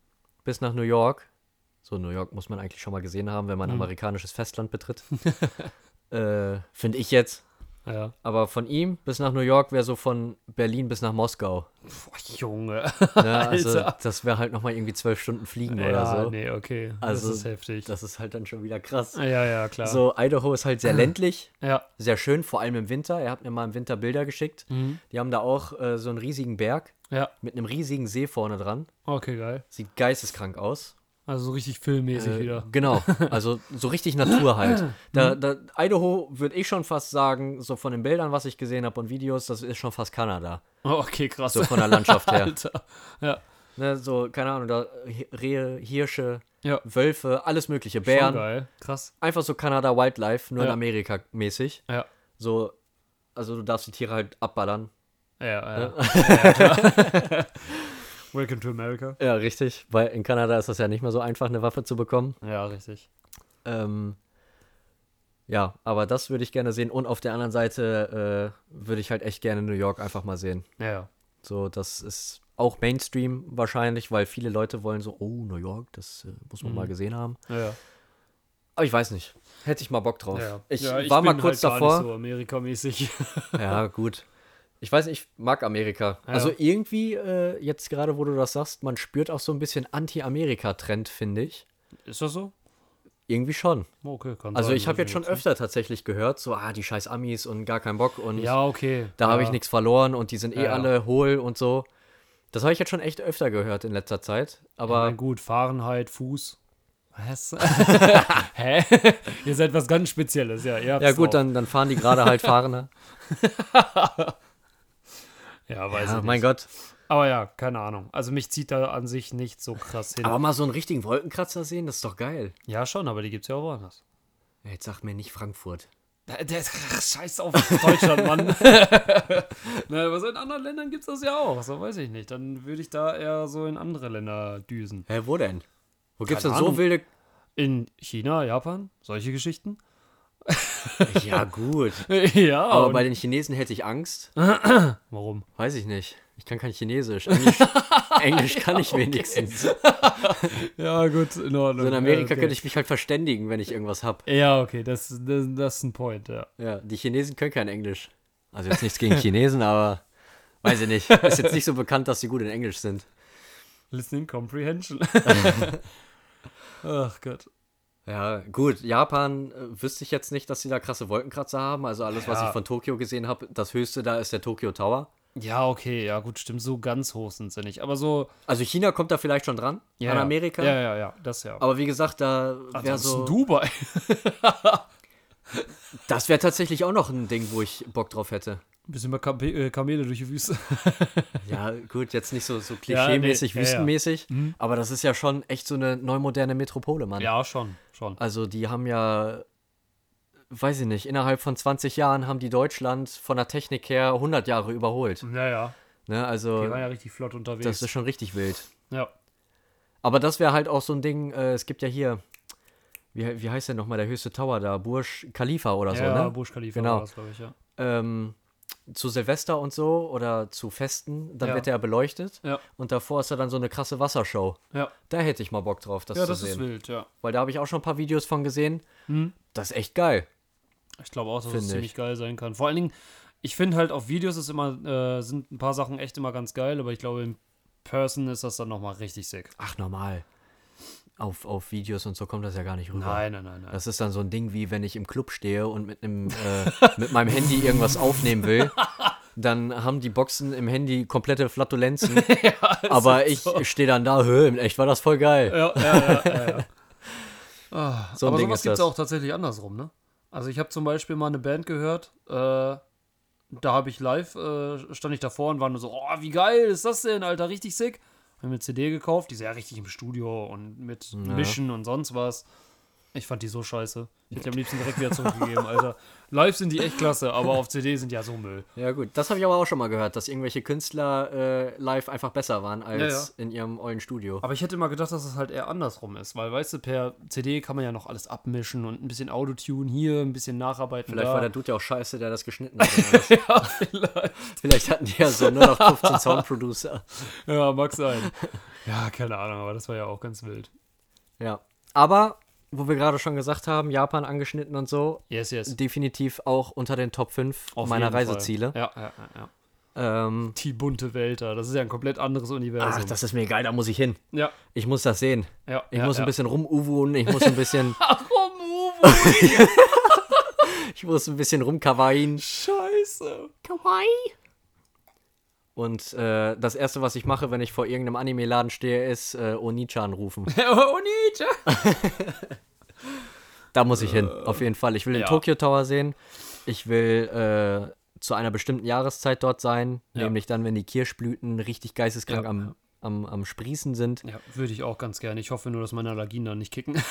Speaker 2: bis nach New York, so New York muss man eigentlich schon mal gesehen haben, wenn man
Speaker 1: Mhm.
Speaker 2: amerikanisches Festland betritt,
Speaker 1: (laughs)
Speaker 2: äh, finde ich jetzt.
Speaker 1: Ja.
Speaker 2: Aber von ihm bis nach New York wäre so von Berlin bis
Speaker 1: (laughs)
Speaker 2: nach Moskau.
Speaker 1: Boah, Junge.
Speaker 2: Ne? Also
Speaker 1: Alter.
Speaker 2: das wäre halt nochmal irgendwie zwölf Stunden fliegen
Speaker 1: (laughs)
Speaker 2: oder
Speaker 1: ja,
Speaker 2: so.
Speaker 1: nee, okay.
Speaker 2: Also,
Speaker 1: das ist heftig.
Speaker 2: Das ist halt dann schon wieder krass.
Speaker 1: ja, ja, klar.
Speaker 2: So, Idaho
Speaker 1: (clears throat)
Speaker 2: ist halt sehr ländlich,
Speaker 1: Ja.
Speaker 2: sehr schön, vor allem im Winter. Er hat mir mal im Winter Bilder geschickt.
Speaker 1: Mhm.
Speaker 2: Die haben da auch äh, so einen riesigen Berg
Speaker 1: Ja.
Speaker 2: mit einem riesigen See vorne dran.
Speaker 1: Okay, geil.
Speaker 2: Sieht geisteskrank aus.
Speaker 1: Also so richtig filmmäßig
Speaker 2: Äh,
Speaker 1: wieder. (laughs) Hm.
Speaker 2: Genau, also so richtig Natur halt. Da, da, Idaho würde ich schon fast sagen, so von den Bildern, was ich gesehen habe und Videos, das ist schon fast Kanada.
Speaker 1: Oh, okay, krass. (laughs)
Speaker 2: So von der Landschaft her.
Speaker 1: Alter. Ja.
Speaker 2: ne, so, keine Ahnung, da Rehe, Hirsche,
Speaker 1: Ja.
Speaker 2: Wölfe, alles mögliche,
Speaker 1: Schon
Speaker 2: Bären.
Speaker 1: geil. Krass.
Speaker 2: Einfach so Kanada Wildlife, nur in
Speaker 1: Ja.
Speaker 2: Amerika mäßig.
Speaker 1: Ja.
Speaker 2: So, also du darfst die Tiere halt abballern.
Speaker 1: Ja, ja. ja. ja klar.
Speaker 2: (laughs)
Speaker 1: (laughs) Welcome to America.
Speaker 2: Ja, richtig, weil in Kanada ist das ja nicht mehr so einfach, eine Waffe zu bekommen.
Speaker 1: Ja, richtig.
Speaker 2: Ähm, ja, aber das würde ich gerne sehen. Und auf der anderen Seite äh, würde ich halt echt gerne New York einfach mal sehen.
Speaker 1: Ja, ja.
Speaker 2: So, das ist auch Mainstream wahrscheinlich, weil viele Leute wollen so, oh, New York, das äh, muss man
Speaker 1: Mhm.
Speaker 2: mal gesehen haben.
Speaker 1: Ja, ja.
Speaker 2: Aber ich weiß nicht. Hätte ich mal Bock drauf.
Speaker 1: Ja, ja.
Speaker 2: Ich
Speaker 1: ja,
Speaker 2: war mal
Speaker 1: bin
Speaker 2: kurz
Speaker 1: halt Gar
Speaker 2: davor.
Speaker 1: nicht so Amerikamäßig.
Speaker 2: Ja, gut. Ich weiß nicht, ich mag Amerika.
Speaker 1: Ja.
Speaker 2: Also irgendwie, äh, jetzt gerade, wo du das sagst, man spürt auch so ein bisschen Anti-Amerika-Trend, finde ich.
Speaker 1: (laughs) Ist das so?
Speaker 2: Irgendwie schon.
Speaker 1: Okay, kann
Speaker 2: Also
Speaker 1: sein,
Speaker 2: ich habe jetzt schon
Speaker 1: weiß
Speaker 2: öfter tatsächlich gehört, so, ah, die scheiß Amis und gar keinen Bock und
Speaker 1: nicht. Ja, okay.
Speaker 2: da
Speaker 1: ja.
Speaker 2: habe ich nichts verloren und die sind eh
Speaker 1: Ja, ja.
Speaker 2: alle hohl und so. Das habe ich jetzt schon echt öfter gehört in letzter Zeit.
Speaker 1: Aber
Speaker 2: Aber
Speaker 1: gut, Fahrenheit, Fuß. Was? (laughs)
Speaker 2: (laughs)
Speaker 1: Hä? (laughs) Ihr seid was ganz Spezielles, ja. Ihr habt's
Speaker 2: ja gut,
Speaker 1: drauf.
Speaker 2: dann, dann fahren die
Speaker 1: (laughs)
Speaker 2: gerade halt Fahrende.
Speaker 1: Ja, weiß
Speaker 2: ja,
Speaker 1: ich
Speaker 2: Ah, mein
Speaker 1: nicht.
Speaker 2: Gott.
Speaker 1: Aber ja, keine Ahnung. Also mich zieht da an sich nicht so krass hin.
Speaker 2: Aber mal so einen richtigen Wolkenkratzer sehen, das ist doch geil.
Speaker 1: ja, schon, aber die gibt's ja auch woanders.
Speaker 2: Ja, Jetzt sag mir nicht Frankfurt.
Speaker 1: Der, der scheiß (laughs) auf Deutschland, Mann. (laughs) Na, aber so in anderen Ländern gibt's das ja auch. So weiß ich nicht. Dann würde ich da eher so in andere Länder düsen.
Speaker 2: Hä, wo denn? Wo gibt's
Speaker 1: Keine
Speaker 2: denn so
Speaker 1: Ahnung. (laughs)
Speaker 2: wilde...
Speaker 1: In China, Japan, solche (laughs) Geschichten.
Speaker 2: Ja, gut.
Speaker 1: ja,
Speaker 2: Aber
Speaker 1: und-
Speaker 2: bei den Chinesen hätte ich Angst.
Speaker 1: warum?
Speaker 2: Weiß ich nicht. Ich kann kein
Speaker 1: (laughs)
Speaker 2: Chinesisch. Englisch, Englisch kann ich wenigstens.
Speaker 1: Ja, gut, in Ordnung.
Speaker 2: So in Amerika
Speaker 1: ja, okay.
Speaker 2: könnte ich mich halt verständigen, wenn ich irgendwas hab.
Speaker 1: Ja, okay, das, das, das ist ein Point, ja.
Speaker 2: Ja, die Chinesen können kein Englisch. Also jetzt nichts gegen (laughs) Chinesen, aber weiß ich nicht. Ist jetzt nicht so bekannt, dass sie gut in Englisch sind.
Speaker 1: Listening (laughs) Comprehension. Ach Gott.
Speaker 2: Ja, gut. Japan äh, wüsste ich jetzt nicht, dass sie da krasse Wolkenkratzer haben. Also alles, was
Speaker 1: Ja.
Speaker 2: ich von Tokio gesehen habe, das höchste da ist der Tokyo Tower.
Speaker 1: Ja, okay, ja, gut, stimmt. So ganz hoch sind sie nicht. Aber so.
Speaker 2: Also China kommt da vielleicht schon dran,
Speaker 1: Ja,
Speaker 2: an
Speaker 1: ja.
Speaker 2: Amerika.
Speaker 1: Ja, ja, ja, das ja.
Speaker 2: Aber wie gesagt, da wäre
Speaker 1: Ansonsten
Speaker 2: so.
Speaker 1: Dubai.
Speaker 2: Das wäre tatsächlich auch noch ein Ding, wo ich Bock drauf hätte.
Speaker 1: Ein (laughs) bisschen mehr Kam äh, Kamele durch die Wüste.
Speaker 2: Ja, gut, jetzt nicht so, so
Speaker 1: Ja,
Speaker 2: klischee-mäßig,
Speaker 1: nee, ja, ja.
Speaker 2: wüstenmäßig, aber das ist ja schon echt so eine neumoderne Metropole,
Speaker 1: (laughs)
Speaker 2: Mann.
Speaker 1: ja, schon, schon.
Speaker 2: Also die haben ja, weiß ich nicht, innerhalb von 20 Jahren haben die Deutschland von der Technik her 100 Jahre überholt.
Speaker 1: Ja, ja.
Speaker 2: Ne?
Speaker 1: Die
Speaker 2: Also
Speaker 1: waren ja richtig flott unterwegs.
Speaker 2: das ist schon richtig wild.
Speaker 1: ja.
Speaker 2: Aber das wäre halt auch so ein Ding, äh, es gibt ja hier, wie, wie heißt der nochmal, der höchste Tower da, Burj Khalifa oder so,
Speaker 1: ja,
Speaker 2: ne?
Speaker 1: Bush Khalifa
Speaker 2: Genau.
Speaker 1: war das, glaube ich, ja.
Speaker 2: ähm, zu Silvester und so oder zu Festen, dann
Speaker 1: Ja.
Speaker 2: wird er beleuchtet
Speaker 1: Ja,
Speaker 2: und davor ist da dann so eine krasse Wassershow.
Speaker 1: ja.
Speaker 2: Da hätte ich mal Bock drauf, das
Speaker 1: ja
Speaker 2: zu
Speaker 1: das ist
Speaker 2: sehen.
Speaker 1: wild, ja.
Speaker 2: Weil da habe ich auch schon ein paar Videos von gesehen.
Speaker 1: Hm.
Speaker 2: Das ist echt geil.
Speaker 1: Ich glaube auch, dass
Speaker 2: Finde
Speaker 1: es
Speaker 2: ich.
Speaker 1: ziemlich geil sein kann. Vor allen Dingen, ich finde halt auf Videos ist immer, äh, sind ein paar Sachen echt immer ganz geil, aber ich glaube, in Person ist das dann nochmal richtig sick.
Speaker 2: Ach, normal. Auf, auf Videos und so kommt das ja gar nicht rüber.
Speaker 1: Nein, nein, nein, nein.
Speaker 2: Das ist dann so ein Ding, wie wenn ich im Club stehe und mit, einem, äh, (laughs) mit meinem Handy irgendwas aufnehmen
Speaker 1: (laughs)
Speaker 2: will. Dann haben die Boxen im Handy komplette
Speaker 1: (laughs)
Speaker 2: Flatulenzen. aber ich stehe dann da, hö, in echt war das voll geil.
Speaker 1: Ja, ja, ja,
Speaker 2: (laughs)
Speaker 1: ja, ja. Ah,
Speaker 2: So ein
Speaker 1: aber
Speaker 2: Ding
Speaker 1: sowas
Speaker 2: ist
Speaker 1: gibt es
Speaker 2: das.
Speaker 1: auch tatsächlich andersrum, ne? Also ich habe zum Beispiel mal eine Band gehört, äh, da habe ich live, äh, stand ich davor und war nur so, oh, wie geil ist das denn, Alter, richtig sick. Hab mir eine CD gekauft, die ist ja richtig im Studio und mit Mischen und sonst was. Ich fand die so scheiße. Ich hätte die am liebsten direkt wieder zurückgegeben, Alter. Live sind die echt klasse, aber auf CD sind ja so Müll.
Speaker 2: Ja, gut. Das habe ich aber auch schon mal gehört, dass irgendwelche Künstler äh, live einfach besser waren als in ihrem ollen Studio.
Speaker 1: Aber ich hätte immer gedacht, dass es halt eher andersrum ist, weil, weißt du, per CD kann man ja noch alles abmischen und ein bisschen Autotune hier, ein bisschen nacharbeiten.
Speaker 2: Vielleicht
Speaker 1: da.
Speaker 2: war der Dude ja auch scheiße, der das geschnitten hat.
Speaker 1: (laughs)
Speaker 2: oder was. Vielleicht hatten die ja so nur noch 15 Soundproducer.
Speaker 1: (laughs) Ja, mag sein. Ja, keine Ahnung, aber das war ja auch ganz wild.
Speaker 2: Ja. Aber, wo wir gerade schon gesagt haben, Japan angeschnitten und so,
Speaker 1: Yes, yes.
Speaker 2: definitiv auch unter den Top 5
Speaker 1: Auf
Speaker 2: meiner
Speaker 1: jeden Fall.
Speaker 2: Reiseziele.
Speaker 1: Ja, ja, ja, ja.
Speaker 2: Ähm,
Speaker 1: Die bunte Welt da. Das ist ja ein komplett anderes Universum.
Speaker 2: ach, das ist mir egal, da muss ich hin.
Speaker 1: ja,
Speaker 2: Ich muss das sehen.
Speaker 1: ja.
Speaker 2: Ich
Speaker 1: ja,
Speaker 2: muss
Speaker 1: ja. oh,
Speaker 2: ein bisschen rumuvun, ich muss ein
Speaker 1: (laughs)
Speaker 2: bisschen,
Speaker 1: Rumuru.
Speaker 2: ich muss ein bisschen rumkawaiien.
Speaker 1: Scheiße.
Speaker 2: Kawaii.
Speaker 1: (laughs)
Speaker 2: Und äh, das erste, was ich mache, wenn ich vor irgendeinem Anime-Laden stehe, ist äh, Onichan rufen.
Speaker 1: oh, Onija.
Speaker 2: Da muss ich hin, auf jeden Fall. Ich will
Speaker 1: Ähm, ja.
Speaker 2: den Tokyo Tower sehen. Ich will äh, zu einer bestimmten Jahreszeit dort sein,
Speaker 1: Ja.
Speaker 2: nämlich dann, wenn die Kirschblüten richtig geisteskrank
Speaker 1: Ja.
Speaker 2: am, am, am Sprießen sind.
Speaker 1: Ja, würde ich auch ganz gerne. Ich hoffe nur, dass meine Allergien dann nicht (laughs) kicken.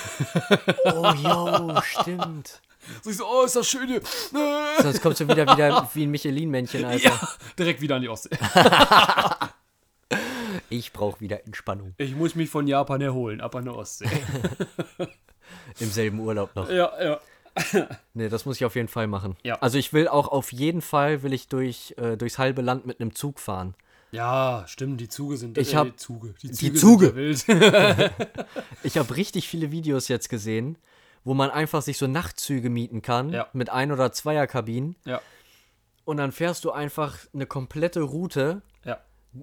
Speaker 2: Oh, yo, stimmt.
Speaker 1: so, ich so, oh, ist das schön hier.
Speaker 2: Sonst kommst du wieder, wieder wie ein Michelin-Männchen, Alter.
Speaker 1: (laughs) Ja, direkt wieder an die Ostsee.
Speaker 2: Ich brauche wieder Entspannung.
Speaker 1: Ich muss mich von Japan erholen, ab an der Ostsee.
Speaker 2: Im selben Urlaub
Speaker 1: (laughs)
Speaker 2: noch.
Speaker 1: ja, ja.
Speaker 2: Nee, das muss ich auf jeden Fall machen.
Speaker 1: Ja.
Speaker 2: Also ich will auch auf jeden Fall, will ich durch, äh, durchs halbe Land mit einem Zug fahren.
Speaker 1: Ja, stimmt, die Zuge sind
Speaker 2: Ich
Speaker 1: äh,
Speaker 2: hab-
Speaker 1: die Zuge. Die
Speaker 2: Zuge.
Speaker 1: sind ja wild. (laughs)
Speaker 2: Ich habe richtig viele Videos jetzt gesehen, wo man einfach sich so Nachtzüge mieten kann
Speaker 1: Ja.
Speaker 2: mit ein- oder Zweierkabinen
Speaker 1: ja,
Speaker 2: und dann fährst du einfach eine komplette Route.
Speaker 1: ja,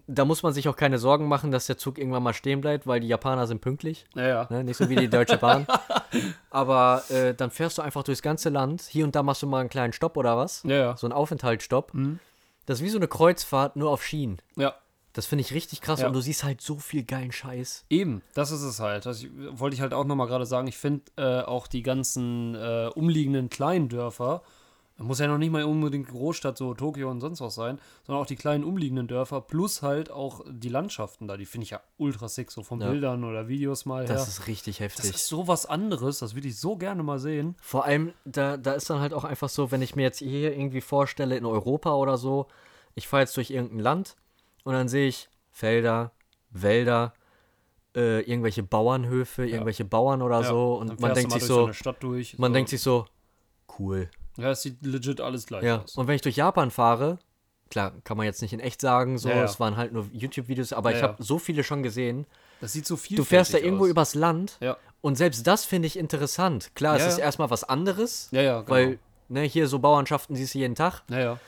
Speaker 2: Da muss man sich auch keine Sorgen machen, dass der Zug irgendwann mal stehen bleibt, weil die Japaner sind pünktlich.
Speaker 1: ja, ja.
Speaker 2: Ne? Nicht so wie die
Speaker 1: (laughs)
Speaker 2: Deutsche Bahn. Aber äh, dann fährst du einfach durchs ganze Land. Hier und da machst du mal einen kleinen Stopp oder was.
Speaker 1: Ja, Mhm. ja.
Speaker 2: So einen Aufenthaltsstopp. Das ist wie so eine Kreuzfahrt, nur auf Schienen.
Speaker 1: ja.
Speaker 2: Das finde ich richtig krass
Speaker 1: Ja.
Speaker 2: und du siehst halt so viel geilen Scheiß.
Speaker 1: Eben, das ist es halt. Das ich- wollte ich halt auch nochmal gerade sagen. Ich finde äh, auch die ganzen äh, umliegenden kleinen Dörfer, muss ja noch nicht mal unbedingt Großstadt, so Tokio und sonst was sein, sondern auch die kleinen umliegenden Dörfer plus halt auch die Landschaften da. Die finde ich ja ultra sick, so von
Speaker 2: Ja.
Speaker 1: Bildern oder Videos mal her.
Speaker 2: Das ist richtig
Speaker 1: das
Speaker 2: heftig.
Speaker 1: ist so was anderes, das würde ich so gerne mal sehen.
Speaker 2: Vor allem, da, da ist dann halt auch einfach so, wenn ich mir jetzt hier irgendwie vorstelle, in Europa oder so, ich fahre jetzt durch irgendein Land und dann sehe ich Felder, Wälder, äh, irgendwelche Bauernhöfe, irgendwelche Bauern oder so
Speaker 1: dann
Speaker 2: Also, und man
Speaker 1: fährst du
Speaker 2: denkt
Speaker 1: mal
Speaker 2: sich
Speaker 1: durch
Speaker 2: so,
Speaker 1: eine Stadt durch.
Speaker 2: man
Speaker 1: so.
Speaker 2: denkt sich so, cool.
Speaker 1: Ja, es sieht legit alles gleich
Speaker 2: Ja,
Speaker 1: aus.
Speaker 2: und wenn ich durch Japan fahre, klar, kann man jetzt nicht in echt sagen, so,
Speaker 1: Ja, ja.
Speaker 2: es waren halt nur YouTube-Videos, aber
Speaker 1: Ja,
Speaker 2: ich
Speaker 1: ja.
Speaker 2: habe so viele schon gesehen.
Speaker 1: Das sieht so viel
Speaker 2: Du fährst da irgendwo übers Land
Speaker 1: Ja,
Speaker 2: Und selbst das finde ich interessant. Klar,
Speaker 1: Ja,
Speaker 2: es ist
Speaker 1: ja.
Speaker 2: erstmal was anderes,
Speaker 1: ja, ja, genau.
Speaker 2: weil ne, hier so Bauernschaften siehst du jeden Tag.
Speaker 1: ja, ja.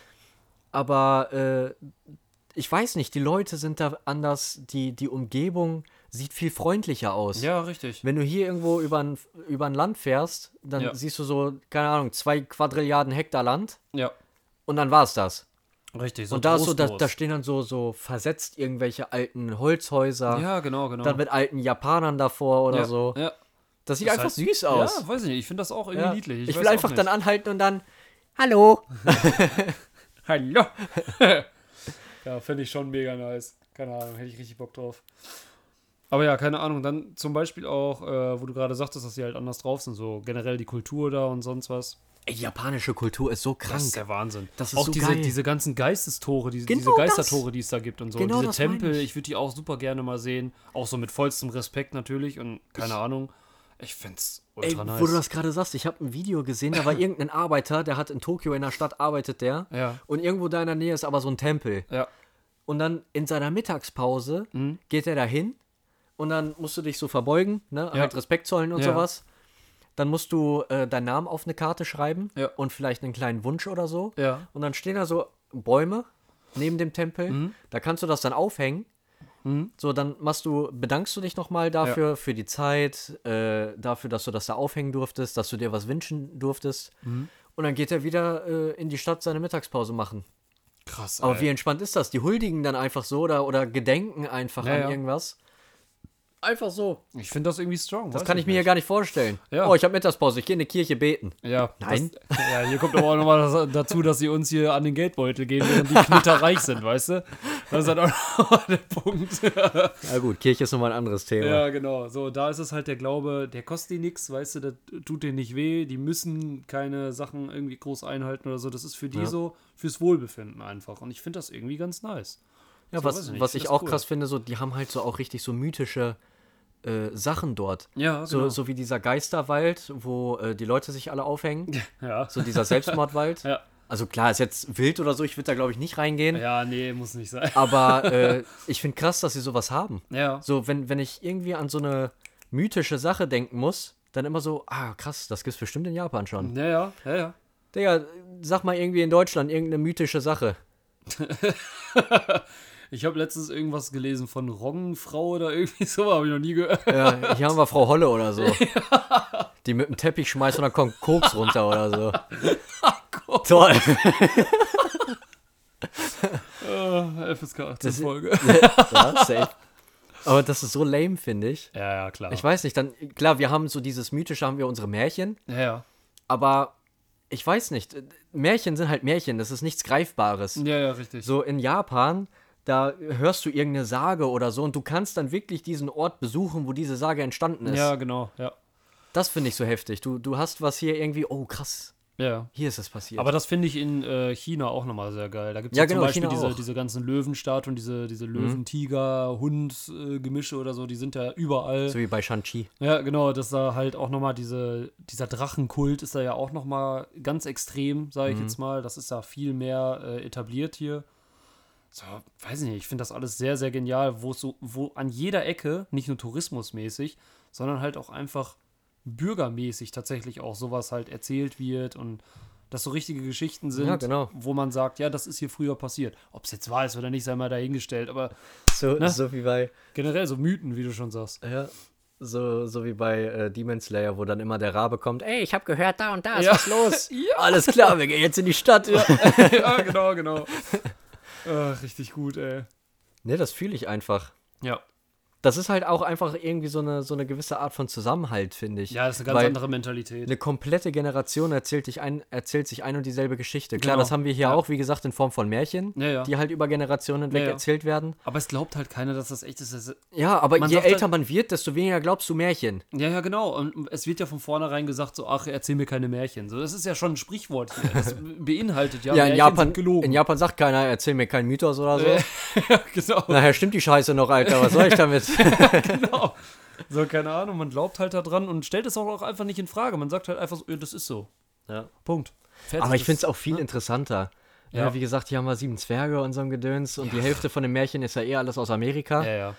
Speaker 2: Aber äh, ich weiß nicht, die Leute sind da anders, die, die Umgebung sieht viel freundlicher aus.
Speaker 1: ja, richtig.
Speaker 2: Wenn du hier irgendwo über ein, über ein Land fährst, dann
Speaker 1: Ja.
Speaker 2: siehst du so, keine Ahnung, zwei Quadrilliarden Hektar Land
Speaker 1: Ja,
Speaker 2: und dann war es das.
Speaker 1: richtig. so
Speaker 2: und da, ist so, da,
Speaker 1: trostlos.
Speaker 2: da stehen dann so, so versetzt irgendwelche alten Holzhäuser,
Speaker 1: Ja, genau, genau.
Speaker 2: dann mit alten Japanern davor oder
Speaker 1: ja,
Speaker 2: so.
Speaker 1: Ja.
Speaker 2: Das sieht
Speaker 1: Ist
Speaker 2: einfach
Speaker 1: halt-
Speaker 2: süß aus.
Speaker 1: Ja, weiß ich nicht. Ich finde das auch irgendwie
Speaker 2: Ja.
Speaker 1: niedlich.
Speaker 2: Ich,
Speaker 1: weiß
Speaker 2: will
Speaker 1: auch
Speaker 2: einfach
Speaker 1: nicht.
Speaker 2: dann anhalten und dann Hallo.
Speaker 1: (laughs)
Speaker 2: (laughs)
Speaker 1: Hallo! ja, finde ich schon mega nice. Keine Ahnung, hätte ich richtig Bock drauf. Aber ja, keine Ahnung. Dann zum Beispiel auch, äh, wo du gerade sagtest, dass sie halt anders drauf sind. So generell die Kultur da und sonst was.
Speaker 2: Ey, japanische Kultur ist so
Speaker 1: Das ist
Speaker 2: krank.
Speaker 1: der Wahnsinn.
Speaker 2: Das ist
Speaker 1: auch
Speaker 2: so
Speaker 1: diese,
Speaker 2: geil.
Speaker 1: diese ganzen Geistestore, diese,
Speaker 2: Genau
Speaker 1: diese Geistertore, die es da gibt und so.
Speaker 2: Genau
Speaker 1: diese
Speaker 2: das meine
Speaker 1: Tempel,
Speaker 2: ich.
Speaker 1: ich, würde die auch super gerne mal sehen. Auch so mit vollstem Respekt natürlich und keine Ahnung. Ich find's
Speaker 2: Ey,
Speaker 1: ultra nice.
Speaker 2: wo du das gerade sagst, ich habe ein Video
Speaker 1: (laughs)
Speaker 2: gesehen, da war irgendein Arbeiter, der hat in Tokio in der Stadt arbeitet der
Speaker 1: Ja.
Speaker 2: und irgendwo da in der Nähe ist aber so ein Tempel
Speaker 1: ja.
Speaker 2: und dann in seiner Mittagspause
Speaker 1: Mhm.
Speaker 2: geht er dahin und dann musst du dich so verbeugen, ne, halt Respekt zollen und
Speaker 1: Ja.
Speaker 2: sowas. Dann musst du äh, deinen Namen auf eine Karte schreiben
Speaker 1: Ja.
Speaker 2: und vielleicht einen kleinen Wunsch oder so.
Speaker 1: Ja.
Speaker 2: Und dann stehen da so Bäume neben dem Tempel.
Speaker 1: Mhm.
Speaker 2: Da kannst du das dann aufhängen. So, dann machst du, bedankst du dich nochmal dafür, für die Zeit, äh, dafür, dass du das da aufhängen durftest, dass du dir was wünschen durftest.
Speaker 1: Mhm.
Speaker 2: Und dann geht er wieder äh, in die Stadt seine Mittagspause machen.
Speaker 1: Krass.
Speaker 2: Aber
Speaker 1: Alter.
Speaker 2: wie entspannt ist das? Die huldigen dann einfach so oder, oder gedenken einfach
Speaker 1: Ja,
Speaker 2: an
Speaker 1: ja.
Speaker 2: irgendwas. Einfach so.
Speaker 1: Ich finde das irgendwie strong.
Speaker 2: Das kann ich mir ja gar nicht vorstellen.
Speaker 1: Ja.
Speaker 2: Oh, ich habe Mittagspause, ich gehe in die Kirche beten.
Speaker 1: (laughs) Ja,
Speaker 2: Nein.
Speaker 1: Das, ja, hier kommt aber auch nochmal das- dazu, dass sie uns hier an den Geldbeutel gehen, während die Knitter reich sind, weißt du? Das ist halt auch nochmal der Punkt. (laughs)
Speaker 2: Ja gut, Kirche ist nochmal ein anderes Thema.
Speaker 1: Ja, genau. So, da ist es halt der Glaube, der kostet die nichts, weißt du, das tut denen nicht weh, die müssen keine Sachen irgendwie groß einhalten oder so. Das ist für die
Speaker 2: Ja.
Speaker 1: so fürs Wohlbefinden einfach. Und ich finde das irgendwie ganz nice.
Speaker 2: Ja,
Speaker 1: So, weiß
Speaker 2: was,
Speaker 1: nicht,
Speaker 2: was
Speaker 1: find
Speaker 2: ich
Speaker 1: das
Speaker 2: auch
Speaker 1: cool.
Speaker 2: krass finde, so, die haben halt so auch richtig so mythische äh, Sachen dort.
Speaker 1: Ja,
Speaker 2: So,
Speaker 1: genau.
Speaker 2: so wie dieser Geisterwald, wo äh, die Leute sich alle aufhängen. (laughs)
Speaker 1: ja.
Speaker 2: So dieser Selbstmordwald.
Speaker 1: Ja.
Speaker 2: Also klar, ist jetzt wild oder so, ich würde da glaube ich nicht reingehen.
Speaker 1: ja, nee, muss nicht sein.
Speaker 2: Aber äh, ich finde krass, dass sie sowas haben.
Speaker 1: Ja.
Speaker 2: So, wenn, wenn ich irgendwie an so eine mythische Sache denken muss, dann immer so, ah krass, das gibt's bestimmt in Japan schon.
Speaker 1: Ja, ja, ja, ja.
Speaker 2: Digga, sag mal irgendwie in Deutschland irgendeine mythische (laughs) Sache.
Speaker 1: Ich habe letztens irgendwas gelesen von Roggenfrau oder irgendwie (laughs) so, habe ich noch nie gehört.
Speaker 2: Ja, hier haben wir Frau Holle oder so. Die mit dem Teppich schmeißt und dann kommt Koks runter oder so. (laughs) Toll.
Speaker 1: Äh, FSK 18 Folge.
Speaker 2: Ja, safe. Aber das ist so lame, finde ich.
Speaker 1: Ja, ja, klar.
Speaker 2: Ich weiß nicht, dann, klar, wir haben so dieses mythische, haben wir unsere Märchen,
Speaker 1: ja, ja.
Speaker 2: aber ich weiß nicht. Märchen sind halt Märchen, das ist nichts Greifbares.
Speaker 1: Ja, ja, richtig.
Speaker 2: So in Japan, da hörst du irgendeine Sage oder so und du kannst dann wirklich diesen Ort besuchen, wo diese Sage entstanden ist.
Speaker 1: ja, genau, ja.
Speaker 2: Das finde ich so heftig. Du, du hast was hier irgendwie, oh krass,
Speaker 1: Ja, ja.
Speaker 2: hier ist das passiert.
Speaker 1: Aber das finde ich in äh, China auch nochmal sehr geil. Da gibt es
Speaker 2: Ja,
Speaker 1: ja,
Speaker 2: genau,
Speaker 1: zum Beispiel
Speaker 2: China
Speaker 1: diese,
Speaker 2: auch.
Speaker 1: diese ganzen Löwenstatuen, diese, diese Löwen-Tiger-Hund-Gemische oder so, die sind ja überall.
Speaker 2: so wie bei Shang-Chi.
Speaker 1: Ja, genau, dass da halt auch nochmal diese, dieser Drachenkult ist da ja auch nochmal ganz extrem, sage ich
Speaker 2: Mhm.
Speaker 1: jetzt mal. Das ist da viel mehr äh, etabliert hier. So, weiß ich nicht, ich finde das alles sehr, sehr genial, wo es so, wo an jeder Ecke, nicht nur tourismusmäßig, sondern halt auch einfach bürgermäßig tatsächlich auch sowas halt erzählt wird und dass so richtige Geschichten sind,
Speaker 2: Ja, genau.
Speaker 1: wo man sagt, ja, das ist hier früher passiert. Ob es jetzt wahr ist oder nicht, sei mal dahingestellt, aber
Speaker 2: So,
Speaker 1: Ne?
Speaker 2: so wie bei,
Speaker 1: generell so Mythen, wie du schon sagst.
Speaker 2: ja, so, so wie bei äh, Demon Slayer, wo dann immer der Rabe kommt, ey, ich habe gehört, da und da ist
Speaker 1: Ja.
Speaker 2: was (laughs) los. Alles klar, wir gehen jetzt in die Stadt.
Speaker 1: (laughs) ja, genau, genau. Ach, richtig gut, ey.
Speaker 2: (laughs) Ne, das fühle ich einfach.
Speaker 1: Ja.
Speaker 2: Das ist halt auch einfach irgendwie so eine, so eine gewisse Art von Zusammenhalt, finde ich.
Speaker 1: Ja, das ist eine ganz
Speaker 2: Weil
Speaker 1: andere Mentalität.
Speaker 2: Eine komplette Generation erzählt, dich ein, erzählt sich ein und dieselbe Geschichte. Klar,
Speaker 1: Genau.
Speaker 2: das haben wir hier auch, wie gesagt, in Form von Märchen,
Speaker 1: Ja, ja.
Speaker 2: die halt über Generationen hinweg
Speaker 1: Ja, ja.
Speaker 2: erzählt werden.
Speaker 1: Aber es glaubt halt keiner, dass das echt ist. Es-
Speaker 2: Ja, aber
Speaker 1: Man
Speaker 2: je
Speaker 1: sagt halt-
Speaker 2: älter man wird, desto weniger glaubst du Märchen.
Speaker 1: Ja, ja, genau. Und es wird ja von vornherein gesagt, so, ach, erzähl mir keine Märchen. So, das ist ja schon ein Sprichwort hier.
Speaker 2: (laughs)
Speaker 1: Das beinhaltet ja,
Speaker 2: Ja, in
Speaker 1: Märchen
Speaker 2: Japan,
Speaker 1: sind gelogen.
Speaker 2: in Japan sagt keiner, erzähl mir keinen Mythos oder
Speaker 1: (laughs)
Speaker 2: so. (laughs)
Speaker 1: ja, genau,
Speaker 2: Nachher stimmt die Scheiße noch, Alter, was soll
Speaker 1: (laughs)
Speaker 2: ich damit?
Speaker 1: genau. So, keine Ahnung, man glaubt halt da dran und stellt es auch einfach nicht in Frage. Man sagt halt einfach so, ja, das ist so.
Speaker 2: ja.
Speaker 1: Punkt. Fertig.
Speaker 2: Aber ich
Speaker 1: Das-
Speaker 2: finde es auch viel interessanter. Ja.
Speaker 1: ne? Ja.
Speaker 2: wie gesagt, hier haben wir sieben Zwerge und so ein Gedöns und die Hälfte von dem Märchen ist ja eh alles aus Amerika.
Speaker 1: Ja, ja.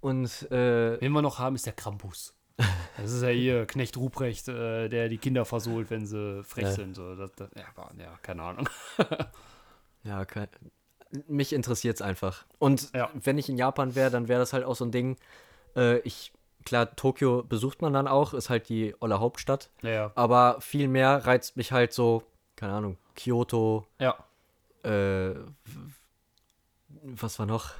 Speaker 2: Und äh,
Speaker 1: Wen wir noch haben, ist der Krampus. Das ist ja
Speaker 2: (laughs)
Speaker 1: hier Knecht Ruprecht, äh, der die Kinder versohlt, wenn sie frech
Speaker 2: Ja.
Speaker 1: sind. So, das, das, ja, aber, ja, keine Ahnung. (laughs)
Speaker 2: Ja, kein, mich interessiert's einfach. Und
Speaker 1: Ja.
Speaker 2: wenn ich in Japan wäre, dann wäre das halt auch so ein Ding. Äh, ich, klar, Tokio besucht man dann auch, ist halt die olle Hauptstadt.
Speaker 1: Ja,
Speaker 2: Aber viel mehr reizt mich halt so, keine Ahnung, Kyoto,
Speaker 1: ja.
Speaker 2: äh, w- was war noch?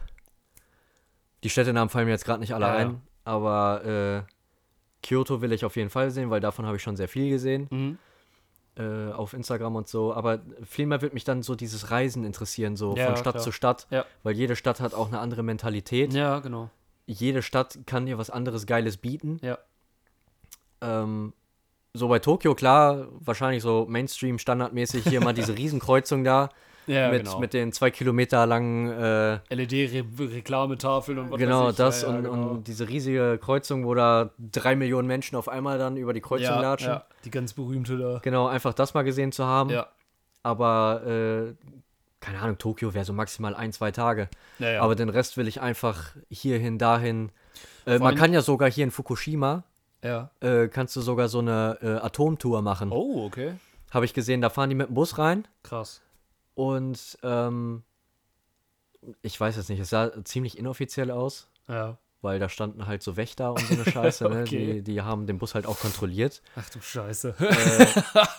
Speaker 2: Die Städtenamen fallen mir jetzt gerade nicht alle
Speaker 1: Ja, ja.
Speaker 2: ein, aber äh, Kyoto will ich auf jeden Fall sehen, weil davon habe ich schon sehr viel gesehen
Speaker 1: Mhm.
Speaker 2: äh, auf Instagram und so, aber vielmehr wird mich dann so dieses Reisen interessieren, so
Speaker 1: Ja,
Speaker 2: von Stadt
Speaker 1: klar.
Speaker 2: zu Stadt,
Speaker 1: Ja.
Speaker 2: weil jede Stadt hat auch eine andere Mentalität.
Speaker 1: Ja, genau.
Speaker 2: Jede Stadt kann dir was anderes Geiles bieten.
Speaker 1: Ja.
Speaker 2: Ähm, so bei Tokio, klar, wahrscheinlich so Mainstream standardmäßig hier
Speaker 1: (laughs)
Speaker 2: mal diese Riesenkreuzung da
Speaker 1: Ja, genau.
Speaker 2: mit, mit den zwei Kilometer langen, äh,
Speaker 1: LED-Reklametafeln und was
Speaker 2: genau
Speaker 1: weiß ich.
Speaker 2: das
Speaker 1: ja, ja,
Speaker 2: und,
Speaker 1: genau.
Speaker 2: und diese riesige Kreuzung, wo da drei Millionen Menschen auf einmal dann über die Kreuzung
Speaker 1: ja,
Speaker 2: latschen. Mhm.
Speaker 1: Ja, die ganz berühmte da.
Speaker 2: Genau, einfach das mal gesehen zu haben.
Speaker 1: Ja,
Speaker 2: aber äh, keine Ahnung, Tokio wäre so maximal ein, zwei Tage.
Speaker 1: ja, ja.
Speaker 2: Aber den Rest will ich einfach hierhin, dahin. Äh, man
Speaker 1: allem-
Speaker 2: kann ja sogar hier in Fukushima,
Speaker 1: ja.
Speaker 2: äh, kannst du sogar so eine äh, Atomtour machen.
Speaker 1: Oh, okay.
Speaker 2: Habe ich gesehen, da fahren die mit dem Bus rein
Speaker 1: Krass.
Speaker 2: und ähm, ich weiß jetzt nicht, es sah ziemlich inoffiziell aus,
Speaker 1: Ja.
Speaker 2: weil da standen halt so Wächter und
Speaker 1: (laughs)
Speaker 2: so eine Scheiße. ne?
Speaker 1: Okay.
Speaker 2: die, die haben den Bus halt auch
Speaker 1: (laughs)
Speaker 2: kontrolliert. Äh,
Speaker 1: Ach du
Speaker 2: (laughs)
Speaker 1: Scheiße.